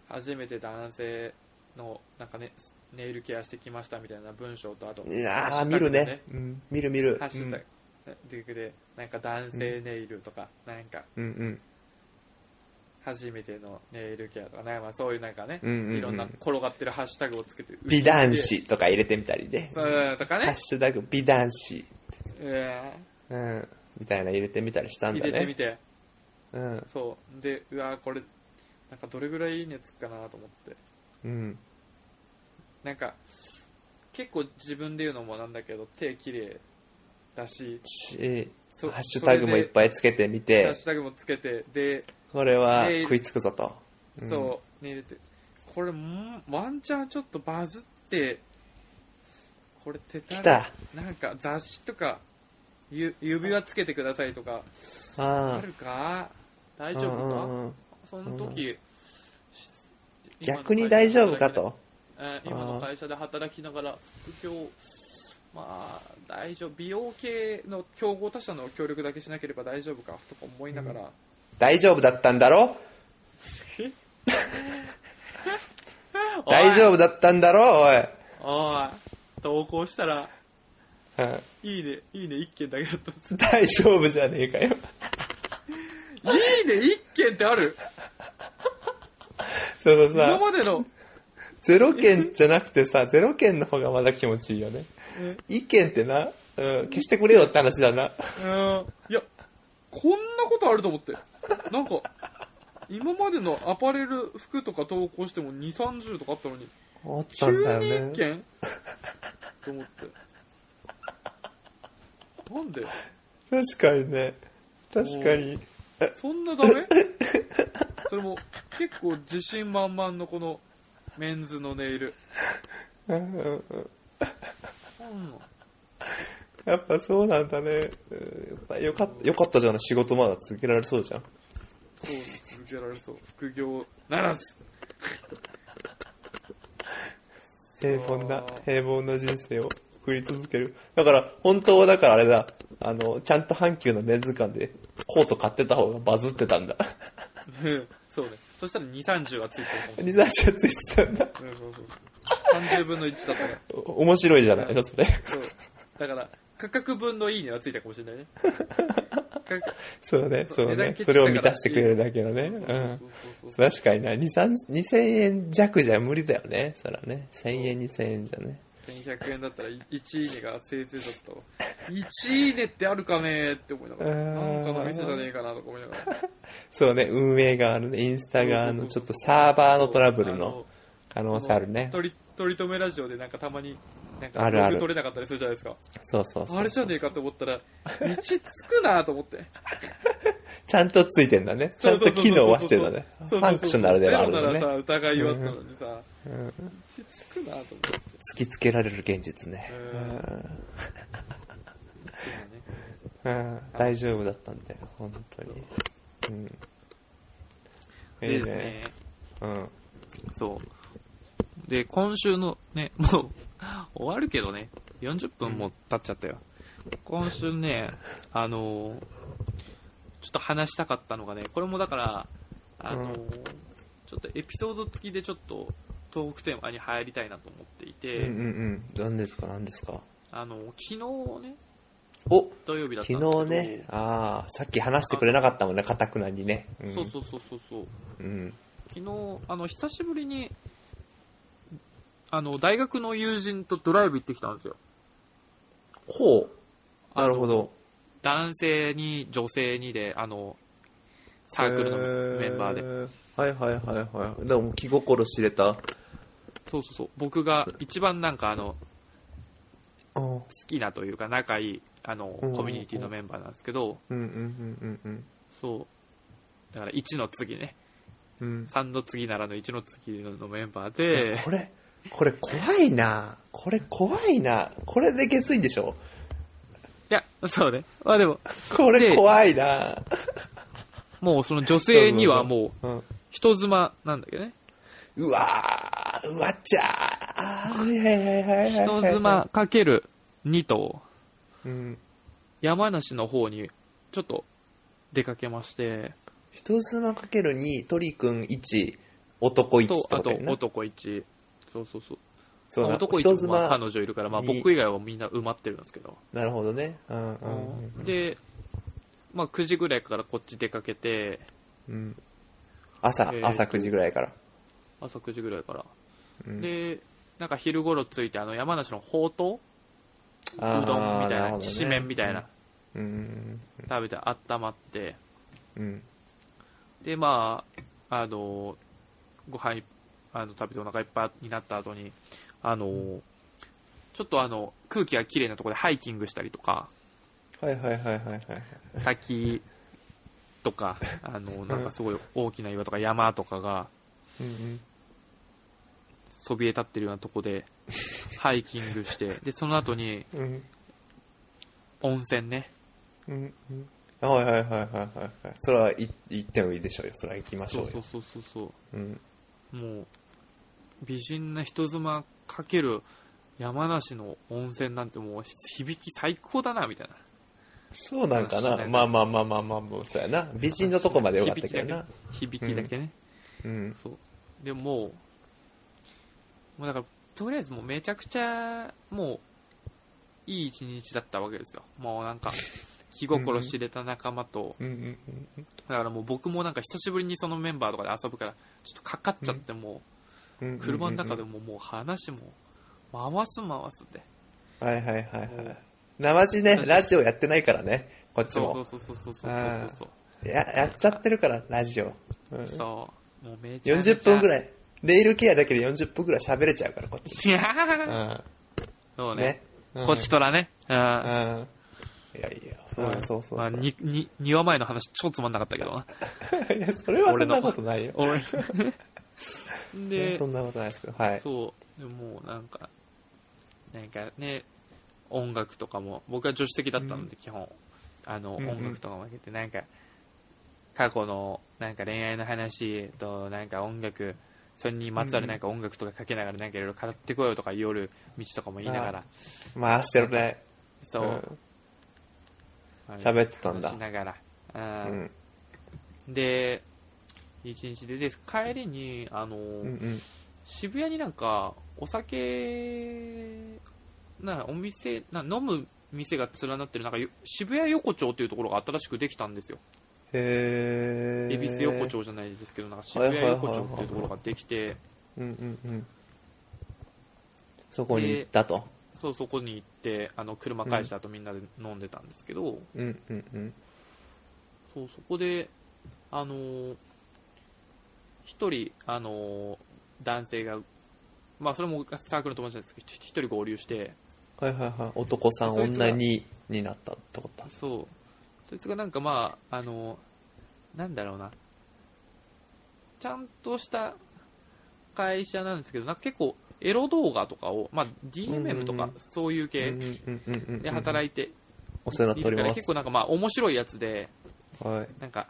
S1: 初めて男性のなんかねネイルケアしてきましたみたいな文章とあと
S2: い
S1: ハ
S2: や
S1: ッ
S2: ー、
S1: シュ
S2: 見
S1: タグ
S2: る
S1: で
S2: ね。うん見る見る。
S1: ハッシュタグででなんか男性ネイルとか、なんか
S2: うんうん
S1: 初めてのネイルケアとか、なんかまあそういうなんかね、
S2: うんうんうん
S1: いろんな転がってるハッシュタグをつけて
S2: うん。美男子とか入れてみたりね。
S1: そうとか
S2: ハッ
S1: ね、
S2: シュタグ美男子。
S1: え
S2: うん。みたいな入れてみたりした
S1: ー
S2: んだ
S1: 入れてみ
S2: ね。
S1: て
S2: うん。
S1: そうでうわーこれなんかどれぐらいいいねつくかなと思って
S2: うん。
S1: なんか結構自分で言うのもなんだけど手綺麗だし
S2: し
S1: そ
S2: ハッシュタグもいっぱいつけてみ
S1: ハ
S2: て
S1: ッシ、ュタグもつけて、で、
S2: これは
S1: で
S2: 食いつくぞと。ん
S1: そう、ね入れて、これ、んワンチャンちょっとバズって、これ、手た
S2: 来
S1: ら
S2: た。
S1: なんか雑誌とか、ゆ指輪つけてくださいとか、あ
S2: あ
S1: るか大
S2: あ。
S1: 丈夫
S2: う
S1: か
S2: んうんうん
S1: その時、今の
S2: 逆に大丈夫かと。
S1: えー今の会社で働きながら副業まあ大丈夫美容系の競合他社の協力だけしなければ大丈夫かとか思いながら、
S2: 大丈夫だったんだろ大丈夫だったんだろおい。
S1: おい投稿したら
S2: うん
S1: いいねいいね1件だけだったんです
S2: 大丈夫じゃねえかよ。
S1: いいね1件ってあ る
S2: その
S1: 今
S2: さ、
S1: までの
S2: ゼロ件じゃなくてさ、ゼロ件の方がまだ気持ちいいよね。
S1: え
S2: 一件ってな、うん、消してくれよって話だな。
S1: うんいやこんなことあると思ってなんか今までのアパレル服とか投稿しても2 3 0とかあったのに
S2: あっ
S1: 急
S2: た
S1: に
S2: んだよ
S1: 一件
S2: ね。
S1: と思って。なんで
S2: 確かにね。確かに。
S1: そんなダメそれも結構自信満々のこのメンズのネイル。
S2: うんうんうん
S1: うん
S2: やっぱそうなんだね。うんよかった、よかったじゃん。仕事まだ続けられそうじゃん。
S1: そう続けられそう。副業ならず。
S2: 平凡
S1: あ
S2: な
S1: ー、
S2: 平凡な人生を送り続ける。だから、本当はだからあれだ。あの、ちゃんと阪急のメンズ館でコート買ってた方がバズってたんだ。
S1: うんそうね。そしたら2、30はついてるかもしれ
S2: リサーチがついてたん
S1: な
S2: だ。
S1: い。うんそうそう30分の1だったね。
S2: お面白いじゃないの、それ。
S1: そう。だから、価格分のいいねはついたかもしれない ね。価格
S2: そうね、
S1: そう
S2: そう
S1: 値段
S2: ね
S1: ケ。チだから
S2: それを満たしてくれるだけのね。
S1: そう
S2: うん。
S1: そうそうそう
S2: 確かにな、2、3 2000円弱じゃ無理だよね。そらね。1000円、2000円じゃね。
S1: 1100円だったら1いいねがせいぜいだったわ1いいねってあるかねーって思いながら
S2: うー
S1: なん
S2: ん
S1: かの店じゃねえかなとか思いながら
S2: そうね、運営側のね、インスタ側のちょっとサーバーのトラブルの可能性あるね。
S1: 取り取り留めラジオでなんかたまになんか
S2: あるある
S1: ログ取れなかったりするじゃないですか
S2: そうそうそう。
S1: あれじゃねえかと思ったら1つくなと思って
S2: ちゃんとついてんだね。 ち
S1: そ
S2: ゃ
S1: うんそう
S2: と
S1: そうそう
S2: 機能はしてんだね。フ
S1: そうそうそう
S2: ァンクショナルではあるんだ
S1: ゼロな
S2: ね。
S1: らさ疑いはあったのにさ
S2: うん
S1: 1つくなと思って
S2: 突きつけられる現実ね。
S1: でもね
S2: うんうん大丈夫だったんだよ、本当に。うん。
S1: でですね
S2: うん。
S1: そう。で、今週のね、 もう、終わるけどね、40分も経っちゃったよ。今週ね、あのーちょっと話したかったのがね、これもだから、あのー
S2: う
S1: ちょっとエピソード付きでちょっと、トークテーマに入りたいなと思ってい
S2: うん
S1: て、
S2: うんうん。何ですか、何ですか。
S1: あの昨日ね、
S2: お
S1: 土曜日だったんですけど
S2: 昨日ね、ああ、さっき話してくれなかったもんね、かたくなにね。ん
S1: そうそうそうそうそう、
S2: うん。
S1: 昨日あの久しぶりにあの大学の友人とドライブ行ってきたんですよ。
S2: ほう。なるほど。
S1: 男性に女性にで、あの、サークルのメンバーで。
S2: で。はいはいはいはい。でも、気心知れた
S1: そうそうそう僕が一番なんかあの
S2: うん
S1: 好きなというか仲いいあの
S2: うん
S1: コミュニティのメンバーなんですけど
S2: うんうんうん
S1: そうだから1の次ね
S2: うんうん
S1: 3の次ならぬ1の次のメンバー
S2: じ
S1: で
S2: ゃ あこれこれ怖いなこれ怖いなこれで下水でしょ
S1: いやそうねまあでも
S2: これ
S1: で
S2: 怖いな
S1: もうその女性にはもう
S2: うん
S1: 人妻なんだけどね
S2: うわーうわっちゃーあーはいはいはいはいはいはい
S1: 人妻かける2と
S2: うん
S1: 山梨の方にちょっと出かけまして
S2: 人妻かける2鳥くん1男1
S1: と
S2: って
S1: あ
S2: こととやな
S1: 男1そうそうそう
S2: そう
S1: ま
S2: な
S1: あ男
S2: 人
S1: 一もまあ
S2: 妻
S1: 彼女いるから、まあ、
S2: に
S1: 僕以外はみんな埋まってるんですけど、
S2: なるほどねうんうんうん
S1: で、まあ、9時ぐらいからこっち出かけて
S2: うん朝
S1: えーと
S2: 朝9時ぐらいから
S1: 朝9時ぐらいから、
S2: うん
S1: でなんか昼頃着いてあの山梨のほうとう
S2: あー
S1: どんみたい
S2: る
S1: な
S2: ほどね
S1: きしめんみたいな
S2: うん
S1: 食べて温まって
S2: うんうん
S1: でまああのご飯いあの食べてお腹いっぱいになった後にあのちょっとあの空気がきれいなところでハイキングしたりとか
S2: はいはいはいはいはいはい
S1: 滝とか、あの、なんかすごい大きな岩とか山とかが
S2: うんうん
S1: そびえ立ってるようなとこで、ハイキングして、で、その後に
S2: うん
S1: 温泉ね。
S2: うんうんはいはいはいはいはいはいそれはい行ってもいいでしょうよそれは行きましょうよ
S1: そうそうそうそう
S2: うん
S1: そう。もう、美人な人妻かける山梨の温泉なんてもう響き最高だな、みたいな。
S2: そうなんか
S1: そう
S2: な
S1: だね
S2: まあまあまあまあまあまあそうやな美人のとこまでよかったけどな
S1: 響きだけね。
S2: うん
S1: そう。でももう、もうだから、とりあえずもうめちゃくちゃ、もう、いい一日だったわけですよ。もうなんか、気心知れた仲間と、
S2: うんうん
S1: だからもう僕もなんか久しぶりにそのメンバーとかで遊ぶから、ちょっとかかっちゃっても
S2: うんうん
S1: う、車の中でももう話も、回す回すって。
S2: はいはいはいは
S1: もう
S2: いなまじねラジオやってないからねこっち
S1: そう
S2: も
S1: そうそうそうそうそうそう。
S2: ややっちゃってるからラジオうん
S1: そう。もうめちゃめちゃ。
S2: 40分ぐ
S1: い。
S2: らいネイルケアだけで40分ぐらい喋れちゃうからこっち
S1: いやー
S2: う
S1: そうんね。
S2: ね
S1: こっちとらね。うん
S2: うんいやいやそうそうそうそう
S1: まあ、に、に、庭前の話超つまんなかったけどな。
S2: いやそれはそんなことないよ
S1: 俺で
S2: そんなことないですけどはい
S1: そうでもうなんかなんかね音楽とかも僕は助手席だったので基本、あの
S2: うんうん
S1: 音楽とかもあげてなんか過去のなんか恋愛の話となんか音楽それにまつわるなんか音楽とかかけながらなんかいろいろ語ってこようとか夜道とかも言いながら
S2: 回してるね
S1: そう、
S2: うん
S1: まあ
S2: 喋ってたんだ
S1: 話しながら
S2: う
S1: うん
S2: ん
S1: で一日でで帰りにあの、
S2: うんうん
S1: 渋谷になんかお酒なお店な飲む店が連なってるなんかよ渋谷横丁っていうところが新しくできたんですよ
S2: へえ
S1: 恵比寿横丁じゃないですけどなんか渋谷横丁っていうところができて
S2: うんうんうんそこに行ったと
S1: そうそこに行ってあの車返した後みんなで飲んでたんですけど、
S2: うんうんうん
S1: そうそこであのー一人あのー男性がまあそれもサークルの友達なんですけど一人合流して
S2: はいはいはい男さん
S1: そいつが
S2: 女にになったってこと
S1: そう。そいつがなんかまあ、あの、なんだろうな。ちゃんとした会社なんですけど、なんか結構エロ動画とかを、まあ
S2: うんうんう
S1: DMM
S2: ん
S1: とかそういう系で
S2: で
S1: 働
S2: い
S1: いて
S2: お世話
S1: い
S2: になってお
S1: るか
S2: り
S1: ら
S2: ます
S1: 結構なんかまあ面白いやつで、
S2: はい
S1: なんか、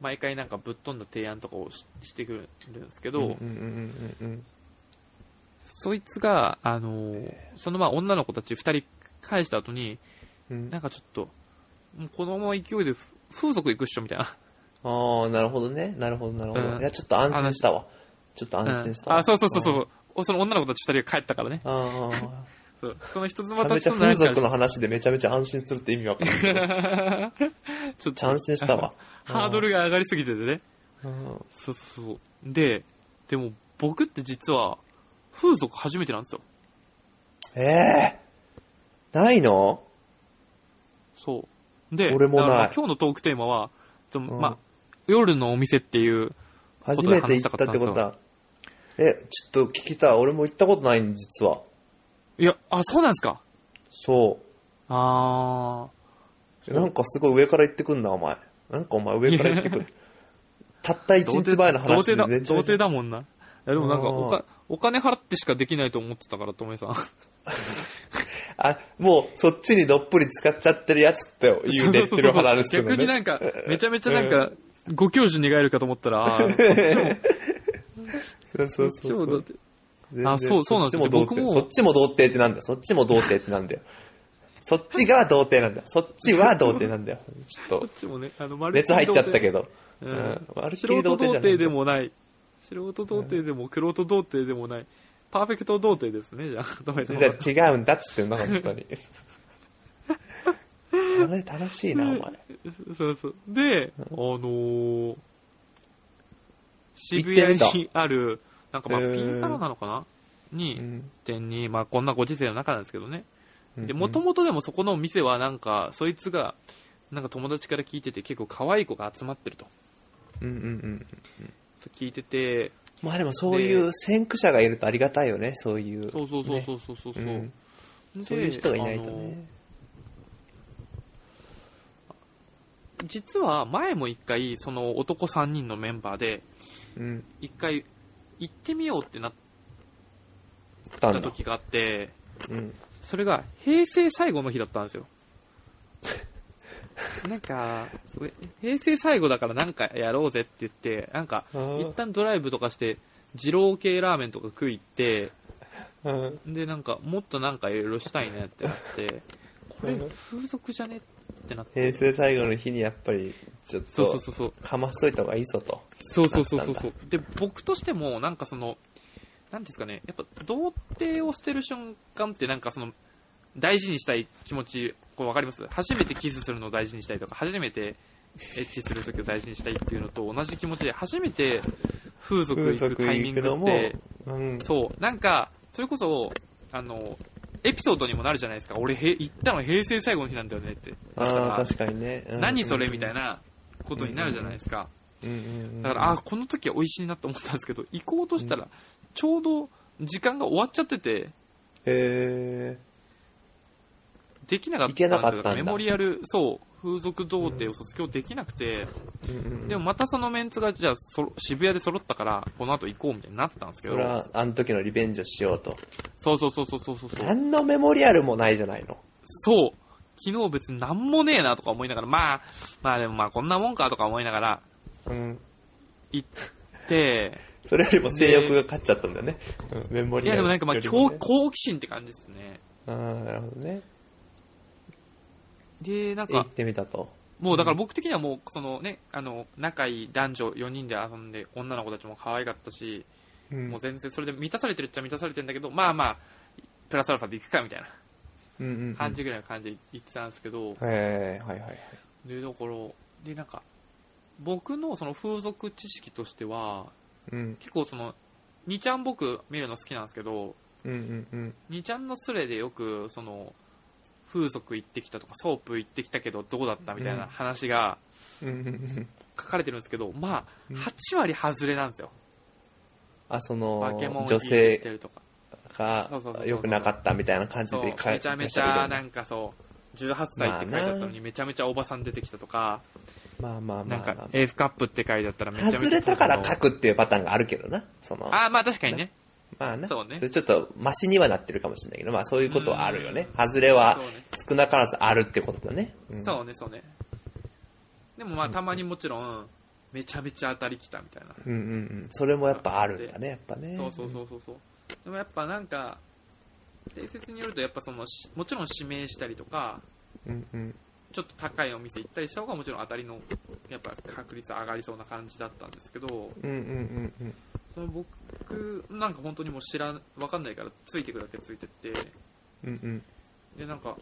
S1: 毎回なんかぶっ飛んだ提案とかをししてくるんですけど、
S2: うんうんうんうん
S1: そいつが、あの、そのまあ女の子たち二人返した後に、
S2: うんうん
S1: なんかちょっと、もうこのまま勢いでふ風俗行くっしょみたいな。
S2: ああなるほどねなるほどなるほど、
S1: うん
S2: いやちょっと安心したわちょっと安心したわ、
S1: うんあ、そうそうそうそう。おその女の子たち二人が帰ったからね。
S2: ああめ
S1: そうその人
S2: ちゃ
S1: 妻た
S2: め
S1: ち
S2: ちゃ
S1: とな
S2: 風
S1: んか、
S2: 俗の話でめちゃめちゃ安心するって意味わかんない
S1: ちょっ
S2: ちゃ安心したわ
S1: ハードルが上がりすぎててね。
S2: うん
S1: そうそうそう。で、でも僕って実は、風俗初めてなんですよ。
S2: ええないの
S1: そう。で、
S2: 俺もない
S1: だから今日のトークテーマは、ちょ
S2: ん
S1: まあ、夜のお店っていう、
S2: 初めて行ったってことだえ、ちょっと聞きたい。俺も行ったことないん、実は。
S1: いや、あ、そうなんですか。
S2: そ
S1: あ
S2: う。なんかすごい上から行ってくんな、お前。なんかお前上から行ってくる。たった
S1: ー。
S2: 一日前の話で
S1: 童貞だ、
S2: めち
S1: 童
S2: ゃめちゃ
S1: 貞だもんな。いや、でもなんか
S2: あー
S1: おか、お金払ってしかできないと思ってたから、ともえさん。
S2: あ、もうそっちにどっぷり使っちゃってるやつって言うてってる話ですけど
S1: 逆にな
S2: ね。
S1: んか、めちゃめちゃなんか、ご教授にがえるかと思ったら、ああ、こっちも、
S2: そうそ
S1: こっ
S2: う
S1: ち
S2: そ
S1: も
S2: う
S1: だ
S2: そ
S1: っ
S2: う。
S1: て、
S2: 全然
S1: あそうそうなんですよ
S2: そっちも童
S1: 僕も
S2: 貞。そっちも童貞ってなんだよ。そっちも童貞ってなんだよ。そっちが童貞なんだよ。そっちは童貞なんだよ。ちょっ
S1: ことっ、ちもね、あの、丸
S2: 熱入っちゃったけ
S1: ど。
S2: ど。
S1: う
S2: うんん。悪
S1: 素人
S2: しき
S1: 童
S2: り童貞じゃ
S1: 貞
S2: ない。
S1: でもない。素人童貞でも、黒人童貞でもない。パーフェクト童貞ですね、 じゃあ、ともえさんは。
S2: じゃあ違うんだっつってんの、本当に。 あれ楽しいな、お前。
S1: そうそう。で、あのー、渋
S2: 行
S1: 谷
S2: って
S1: にある、なんかまあ、
S2: へー
S1: ピンサロなのかなに、店に、まあ、こんなご時世の中なんですけどね。で、もと
S2: も
S1: もとでもそこの店はなんか、そいつが、なんか友達から聞いてて、結構可愛い子が集まってると。
S2: うんうんうん。
S1: そう聞いてて、
S2: まあでもそういう先駆者がいるとありがたいよね、そういう。
S1: そうそうそう
S2: ね
S1: そうそうそうそう、
S2: うん
S1: で
S2: そういう人がいないとね。
S1: あの実は前も一回、その男3人のメンバーで、
S2: うん。
S1: 一回行ってみようってなっ
S2: た
S1: た
S2: んだ。
S1: 時があって、
S2: うん。
S1: それが平成最後の日だったんです よ。なんか、それ平成最後だからなんかやろうぜって言って、なんか、
S2: あー
S1: 一旦ドライブとかして、二郎系ラーメンとか食いって、
S2: うん
S1: で、なんか、もっとなんかいろいろしたいねってなって、これ風俗じゃねってなって。
S2: 平成最後の日にやっぱり、ちょっ
S1: そうそう
S2: と、
S1: そうそう。
S2: かましといた方がいいぞと。
S1: そうそうそうそう
S2: なっ
S1: そ
S2: た
S1: う。で、僕としても、なんかその、なんですかね、やっぱ童貞を捨てる瞬間ってなんかその、大事にしたい気持ち、これわかります初めてキスするのを大事にしたいとか、初めてエッチするときを大事にしたいっていうのと同じ気持ちで、初めて風俗行
S2: 風
S1: く
S2: 俗
S1: タイミング
S2: 行くの
S1: っ
S2: も
S1: て、、
S2: うん。
S1: そう、なんか、それこそ、あの、エピソードにもなるじゃないですか。俺、へ行ったの平成最後の日なんだよねって。
S2: ああ、確かにね。うん
S1: 何それみたい。なことになるじゃないですか。
S2: うんうんうん
S1: だから、あ、この時は美味しいなと思ったんですけど、行こうとしたら、ちょうど時間が終わっちゃってて、
S2: へ
S1: できなかったんです
S2: 行けなかった
S1: よ。
S2: んだ
S1: メモリアル、そう、風俗童貞を卒業できなくて、
S2: え。うんうんうん
S1: でもまたそのメンツが、じゃあ、そ渋谷で揃ったから、この後行こうみたいになったんですけ
S2: そ
S1: ど
S2: れ、は、あの時のリベンジをしようと。
S1: そうそうそうそうそうそうそう。
S2: 何のメモリアルもないじゃないの。
S1: そう。昨日別になんもねえなとか思いながら、まあ、まあでもまあこんなもんかとか思いながら
S2: うん。
S1: 行って、
S2: それよりも性欲が勝っちゃったんだよね。うんメモ
S1: い
S2: リア
S1: やで
S2: ル
S1: もなんかまあ好
S2: よりもね
S1: 好奇心って感じですね。
S2: あーなるほどね。
S1: で、なん
S2: え
S1: か
S2: 行っ、てみたと。
S1: もうだから僕的にはもう、そのね、あの、仲いい男女4人で遊んで、女の子たちも可愛かったし、
S2: うん
S1: もう全然それで満たされてるっちゃ満たされてるんだけど、まあまあ、プラスアルファで行くかみたいな
S2: うんうん
S1: 感じぐらいの感じで行ってたんですけど、
S2: へーはいはいはい。
S1: で、だから、で、なんか、僕のその風俗知識としては、
S2: うん
S1: 結構その、2ちゃん僕見るの好きなんですけど、
S2: うんうんうん。
S1: 2ちゃんのスレでよく、その、風俗行ってきたとか、ソープ行ってきたけどどうだったみたいな話が
S2: うんうんうん
S1: 書かれてるんですけど、まあ、
S2: うん
S1: 8割外れなんですよ。
S2: あ、そ
S1: バケモン
S2: の、
S1: を
S2: 女
S1: 聞いて
S2: 性
S1: るとか。
S2: が
S1: そうそうそうそう
S2: 良くなかったみたいな感じ
S1: そう
S2: で書い
S1: めちゃめちゃ、なんかそう、18歳って書いてあった
S2: ま
S1: の
S2: あ
S1: に、
S2: な
S1: めちゃめちゃおばさん出てきたとか、
S2: まあまあ
S1: な
S2: まあ
S1: ん
S2: まあ
S1: か、AF カップって書いてあったらめちゃめちゃ。
S2: 外れたから書くっていうパターンがあるけどな。その、
S1: ああ、まあ確かにね。
S2: まあな。
S1: そうね
S2: れちょっと、マシにはなってるかもしれないけど、まあそういうことはあるよね
S1: う。ん
S2: 外れは
S1: そうね
S2: 少なからずあるってことだね。ん
S1: そうね、そうね。でもまあ、たまにもちろん、めちゃめちゃ当たりきたみたいな。
S2: うんうんうん。それもやっぱあるんだね、やっぱね。
S1: そうそうそうそうそう。でもやっぱなんか、定説によると、やっぱその、しもちろん指名したりとか、
S2: うんうん。
S1: ちょっと高いお店行ったりした方がもちろん当たりの、やっぱ確率上がりそうな感じだったんですけど、
S2: うんうんうんうん。
S1: その僕、なんか本当にもう知らん、わかんないから、ついてくだけついてって、
S2: うんうん。
S1: で、なんか、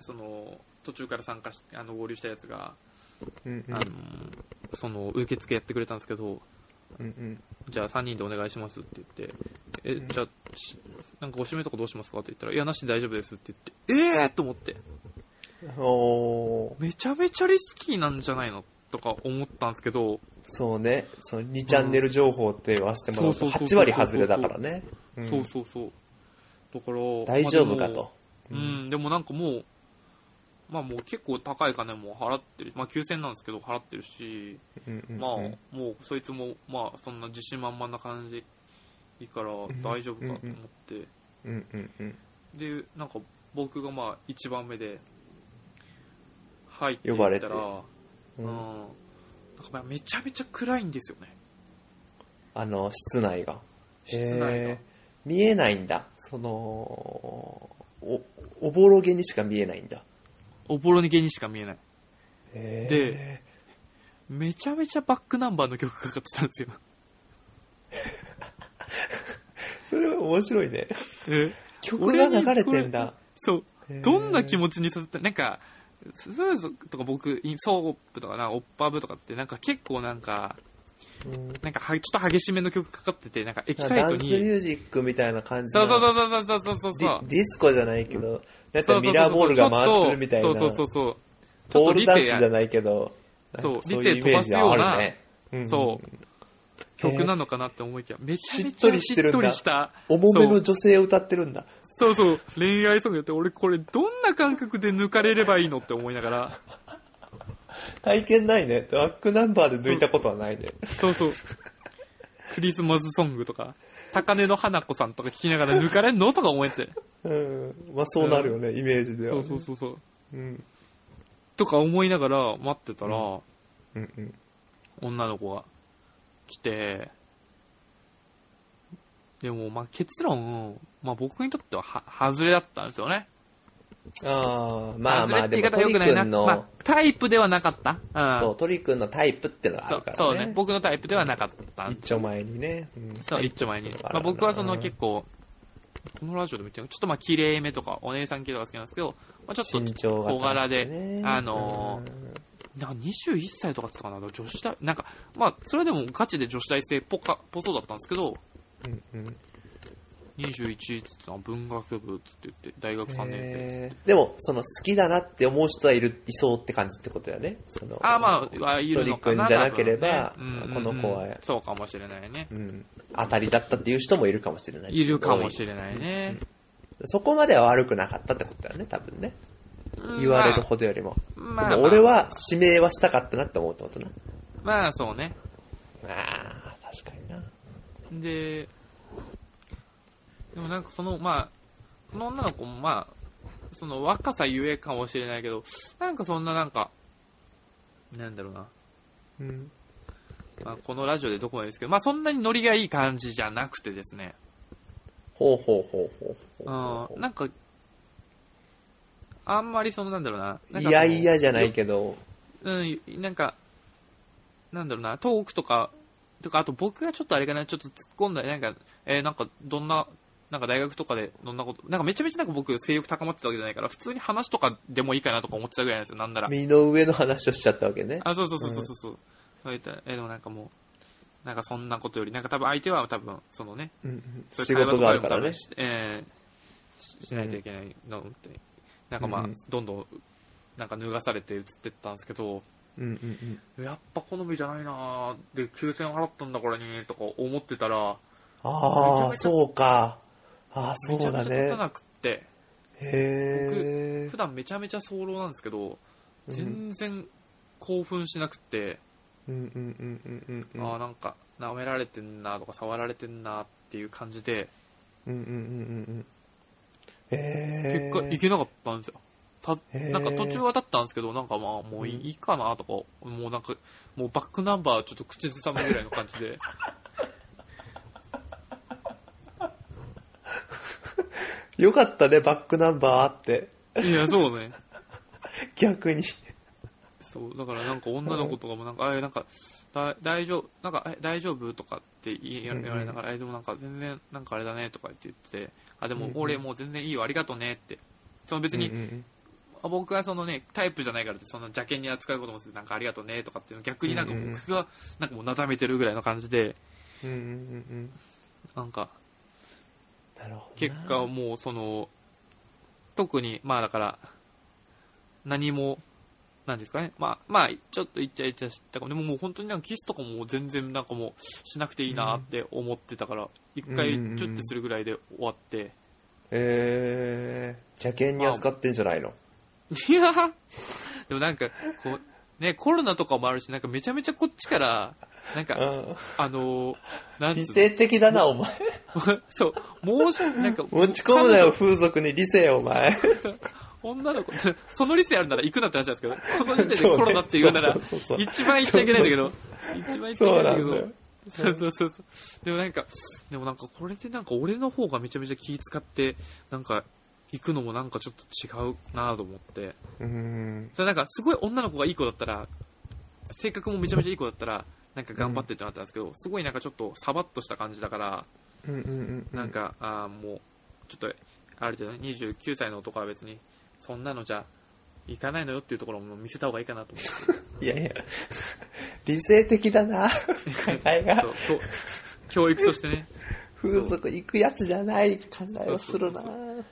S1: その、途中から参加し、あの、合流したやつが、
S2: うん
S1: あの、その、受付やってくれたんですけど、
S2: うんうん。
S1: じゃあ3人でお願いしますって言って、え、じゃあ、しなんかおしめとかどうしますかって言ったら、いや、なしで大丈夫ですって言って、ええー、と思って、
S2: おー。
S1: めちゃめちゃリスキーなんじゃないのとか思ったんですけど、
S2: そうね、その2チャンネル情報って言わせてもらうと
S1: そうそう
S2: 8
S1: そう
S2: 割外れだからね。ん
S1: そうそうそう。だから、
S2: 大丈夫
S1: ま
S2: か
S1: あでも
S2: と。
S1: うん、でもなんかもう、まあもう結構高い金も払ってる、まあ9000なんですけど払ってるし、
S2: うんうんうん
S1: まあもうそいつもまあそんな自信満々な感じいいから
S2: ん
S1: 大丈夫かと思って、
S2: うんうんうん
S1: でなんか僕がまあ1番目で入ってい
S2: 呼ばれ
S1: った
S2: て
S1: ら、
S2: う
S1: うんん、なんかまあめちゃめちゃ暗いんですよね
S2: あの、室内が。
S1: 室内が
S2: へー見えないんだ。その、お、おぼろげにしか見えないんだ。
S1: おぼろげにしか見えない
S2: へー
S1: で、めちゃめちゃバックナンバーの曲かかってたんですよ
S2: それは面白いね。
S1: え
S2: 曲が流れてんだ。
S1: そうどんな気
S2: 持
S1: 持ちにさせたなんかスズーズとか僕インソープとかなオッパーブとかってなんか結構なんかなんかはちょっと激しめの曲かかっててなんかエキサイ
S2: ダ
S1: ト
S2: ンスミ
S1: に
S2: ュージックみたいな感じ
S1: そうそうそううそうそうそうそうそう
S2: ディスコじゃないけど、だって
S1: そうそうそうそう
S2: ミラーボールが回ってくるみたいな。
S1: そうそうそうそうちょ
S2: ボ
S1: っと
S2: ール
S1: 理
S2: ダン
S1: 性
S2: スじゃないけど、
S1: そう
S2: なんか
S1: 理性飛ばすような
S2: イメージはあるねんん
S1: そう曲なのかなって思いきやめちゃめちゃし
S2: しっとりしてる
S1: っ
S2: んだ
S1: とりした
S2: 重めの女性を歌ってるんだ。
S1: そうそう恋愛ソングやって俺これどんな感覚で抜かれればいいのって思いながら
S2: 体験ないね。バックナンバーで抜いたことはないね。
S1: そうそうクリスマスソングとか高根の花子さんとか聞きながら抜かれんのとか思えて
S2: うん。まあそうなるよね、イメージでは。
S1: そうそうそうそう
S2: うん。
S1: とか思いながら待ってたら、
S2: うんうん。
S1: 女の子が来て、でも、まあ、結論、まあ、僕にとってはは、外れだったんですよね。
S2: ああ、まあ
S1: 外
S2: ま
S1: れ
S2: あ、
S1: って
S2: で
S1: 言い方
S2: もト
S1: 良
S2: リ
S1: くないな。
S2: 君の、
S1: まあ、タイプではなかった。うん。
S2: そう、トリ君のタイプってのがあ
S1: そ
S2: る
S1: う
S2: からね。
S1: そうね。僕のタイプではなかった。
S2: 一丁前にね。うん
S1: そう、一丁前に
S2: そう。だから
S1: まあ、僕はその
S2: うん
S1: 結構、このラジオでも言ってるちょっとまあ、綺麗めとか、お姉さん系とか好きなんですけど、まあ、ちょっ
S2: 身
S1: と
S2: 長が高くてね
S1: 小柄で、あのーなんか21歳とかって言ってたかな、女子大、なんか、まあ、それでもガチで女子大生っぽか、ぽそうだったんですけど、
S2: うんうん
S1: 21っつってた文学部っつって言って大学3年生
S2: へーでもその好きだなって思う人はいるいそうって感じってことだよねその
S1: ああまあはいるのかな
S2: 鳥くんじゃなければ
S1: 多分ね
S2: この子
S1: うん
S2: は
S1: うんうんそうかもしれないね
S2: うん、当たりだったっていう人もいるかもしれない
S1: いるかもし
S2: ない
S1: れないね、
S2: そこまでは悪くなかったってことだよね多分ね
S1: うん
S2: 言われるほどよりも、
S1: まあ
S2: でも俺は指名はしたかったなって思うってことな
S1: まあ、まあそうね
S2: ああ確かにな
S1: ででもなんかそのまあその女の子もまあその若さゆえかもしれないけどなんかそんななんかなんだろうな
S2: うん
S1: まあ、このラジオでどこまでですけど、まあ、そんなにノリがいい感じじゃなくてですね、
S2: ほうほうほうほう
S1: う
S2: ほ
S1: ん、なんか、あんまりその、なんだろうな。
S2: ういやいやじゃない
S1: け
S2: けど
S1: ど。うん、なんか、なんだろうな、トークとか、とか、あと僕がちょっとあれかな、ちょっと突っ込んだり、なんか、えーなんか、どんな、なんか大学とかでどんなこと、なんかめちゃめちゃなんか僕性欲高まってたわけじゃないから、普通に話とかでもいいかなとか思ってたぐらいなんですよ、なんなら。
S2: 身の上の話をしちゃったわけね
S1: あ、そうそうそうそうそう。そう言ったらえーでもなんかもう、なんかそんなことより、なんか多分相手は多分、そのね、
S2: うんうん
S1: そうい
S2: 仕
S1: う会話
S2: 事
S1: と
S2: が
S1: か
S2: あるから
S1: でも多
S2: ね
S1: 分しえーししないといけないのって、なんかまあ、
S2: うんうん
S1: どんどん、なんか脱がされて移ってったんですけど、
S2: うんうん
S1: やっぱ好みじゃないなぁ、で、9000払ったんだこれに、とか思ってたら、
S2: ああ
S1: めちゃめちゃ
S2: そうかああそ
S1: め
S2: う
S1: ちゃめ
S2: だ
S1: ちゃ立
S2: ね
S1: たなくって、
S2: へ
S1: 普段めちゃめちゃ早漏なんですけど、
S2: え。
S1: 全然興奮しなくって、
S2: うんうんうんうんうんうん。
S1: ああ、なんか、舐められてんなとか、触られてんなっていう感じで、
S2: うんうんうんうんうん。え
S1: 結
S2: え。
S1: 果、行けなかったんですよ。た
S2: へー
S1: なんか途中はだったんですけど、なんかまあ、もういいかなとか、もうなんか、もうバックナンバーちょっと口ずさむぐらいの感じで、
S2: よかったね、バックナンバーあって。
S1: いや、そうね。
S2: 逆に。
S1: そう、だからなんか女の子とかもなんか、え、なんか、だ大丈夫、なんか、え、大丈夫とかって言い言
S2: うんうん
S1: われながら、え、でもなんか全然、なんかあれだねとか言ってて、あ、で
S2: う
S1: も
S2: んうん
S1: 俺もう全然いいよ、ありがとうねって。その別に、
S2: うんうん
S1: あ僕はそのね、タイプじゃないからって、そんな邪険に扱うこともせず、なんかありがとうねとかっていうの逆になんか
S2: うんうん
S1: 僕が、なんかもうなだめてるぐらいの感じで、
S2: うんうんうん
S1: なんか、
S2: うん。なるほどな。
S1: 結果はもうその特にまあだから何もなんですかね。まあ、まあ、ちょっとイチャイチャしたかも。でももう本当になんかキスとかも全然なんかもうしなくていいなって思ってたから、一、回
S2: うんうんうん
S1: チュッてするぐらいで終わって。
S2: えー、邪険に扱ってんじゃないの、
S1: いやでもなんか、こう、ね、コロナとかもあるし、なんかめちゃめちゃこっちから、なんか、あのー、な
S2: うんん。
S1: つ
S2: 理
S1: うの
S2: 性的だな、お前。
S1: そう、申しなんか、
S2: 持ち込むなよ、風俗に理性、お前。
S1: 女の子、その理性あるなら行くなって話なんですけど、この時点で
S2: そう
S1: コ
S2: ね
S1: ロナって言うなら
S2: そうそうそうそう、
S1: 一番言っちゃいけないんだけど、一番言っちゃいけないんだけ
S2: そうなんだ
S1: ど
S2: よ、
S1: そうそうそうそう。でもなんか、でもなんかこれでなんか俺の方がめちゃめちゃ気使って、なんか行くのもなんかちょっと違うなと思って、
S2: うん。
S1: それなんかすごい女の子がいい子だったら、性格もめちゃめちゃいい子だったら、なんか頑張ってってなったんですけど、すごいなんかちょっとサバッとした感じだから、
S2: うんうんうんうん。
S1: なんか、ああもう、ちょっと、ある程度ね、29歳の男は別に、そんなのじゃ、行かないのよっていうところも見せた方がいいかなと思 って。
S2: いやいや、理性的 だな、考えが
S1: そ。うそう教育としてね。
S2: 風俗行くやつじゃない考えをするな
S1: そう。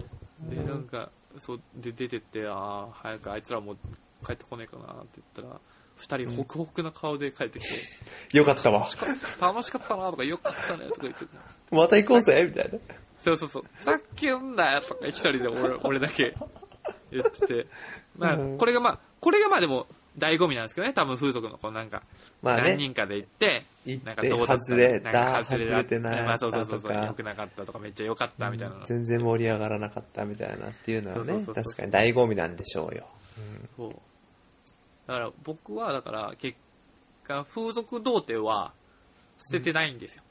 S1: で、なんか、そう、で、出てって、ああ、早くあいつらも帰ってこねえかなって言ったら、二人ホクホクな顔で帰ってきて、
S2: よかったわ。
S1: 楽しかったなとか、よかったねとか言ってて、
S2: また行こうぜ、みたいな。
S1: そうそうそう、さっき言うんだよとか、一人で俺俺だけ言ってて、まあ、
S2: うん
S1: これがまあ、これがまあでも、醍醐味なんですけどね、多分風俗のこうなんか、
S2: まあ
S1: 何
S2: ね、
S1: 人かで行って、
S2: 行って
S1: なんかどうだった
S2: 外れた
S1: なんかだ
S2: 外れてなかった
S1: まあそうそうそうそ
S2: と
S1: う、
S2: か
S1: 良くなかったとか、めっちゃ良かったみたいなの。
S2: 全然盛り上がらなかったみたいなっていうのは
S1: そう
S2: ね、
S1: そうそう
S2: 確かに醍醐味なんでしょうよ。
S1: そう。だから僕は、だから、結果、風俗童貞は捨ててないんですよ。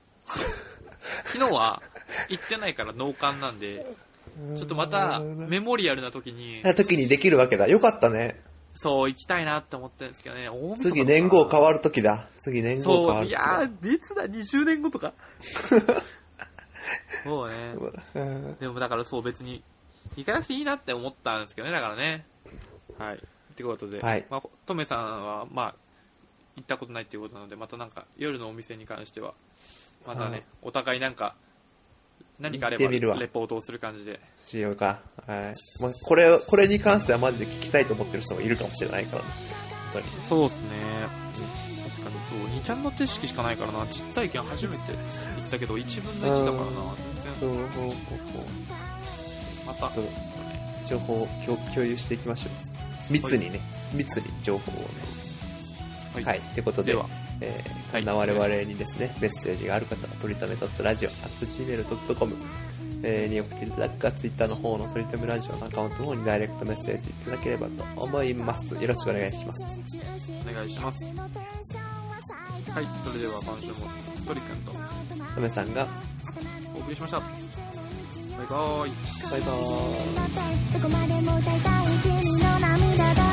S1: 昨日は行ってないから脳幹なんで、ちょっとまたメモリアルな時に、
S2: な時にできるわけだ。よかったね。
S1: そう行きたいなって思ってるんですけどね、大晦日とか
S2: 次年号変わる時だ。次年号変
S1: そ
S2: わ
S1: う、い
S2: る時
S1: や
S2: だ。
S1: ー、いつだ、20年後 とか。そうね。
S2: うん
S1: でもだからそう別に、行かなくていいなって思ったんですけどね、だからね。はい。ってことで、
S2: はい
S1: まあ、トメさんは、まあ、行ったことないっていうことなので、またなんか、夜のお店に関しては、またね、
S2: はい
S1: お互いなんか、何かあれ
S2: 行ってみる
S1: ば、
S2: わ
S1: レポートをする感じで。
S2: しようか。はい。まあ、これ、これに関してはマジで聞きたいと思ってる人もいるかもしれないから、ね、本
S1: そうですね。確かにそう、2ちゃんの知識しかないからな、実体験初めて行ったけど、1分の1だからな、全然、
S2: 当に。そう、
S1: また、
S2: そう情報を共共有していきましょう。密にね、密に情報をね。はい。
S1: はい。
S2: ということで、
S1: では、
S2: えー
S1: はい
S2: こんな我々にですね、メッセージがある方は、とりため .radio.gmail.com、えーに送っていただくか、Twitter の方のとりためラジオのアカウントの方にダイレクトメッセージいただければと思います。よろしくお願いします。
S1: お願いします。はい、それでは今週も、トリくんと、
S2: とめさんが、
S1: お送りしました。バイバーイ。
S2: バイバーイ。
S4: どこまでも歌いたい君の涙が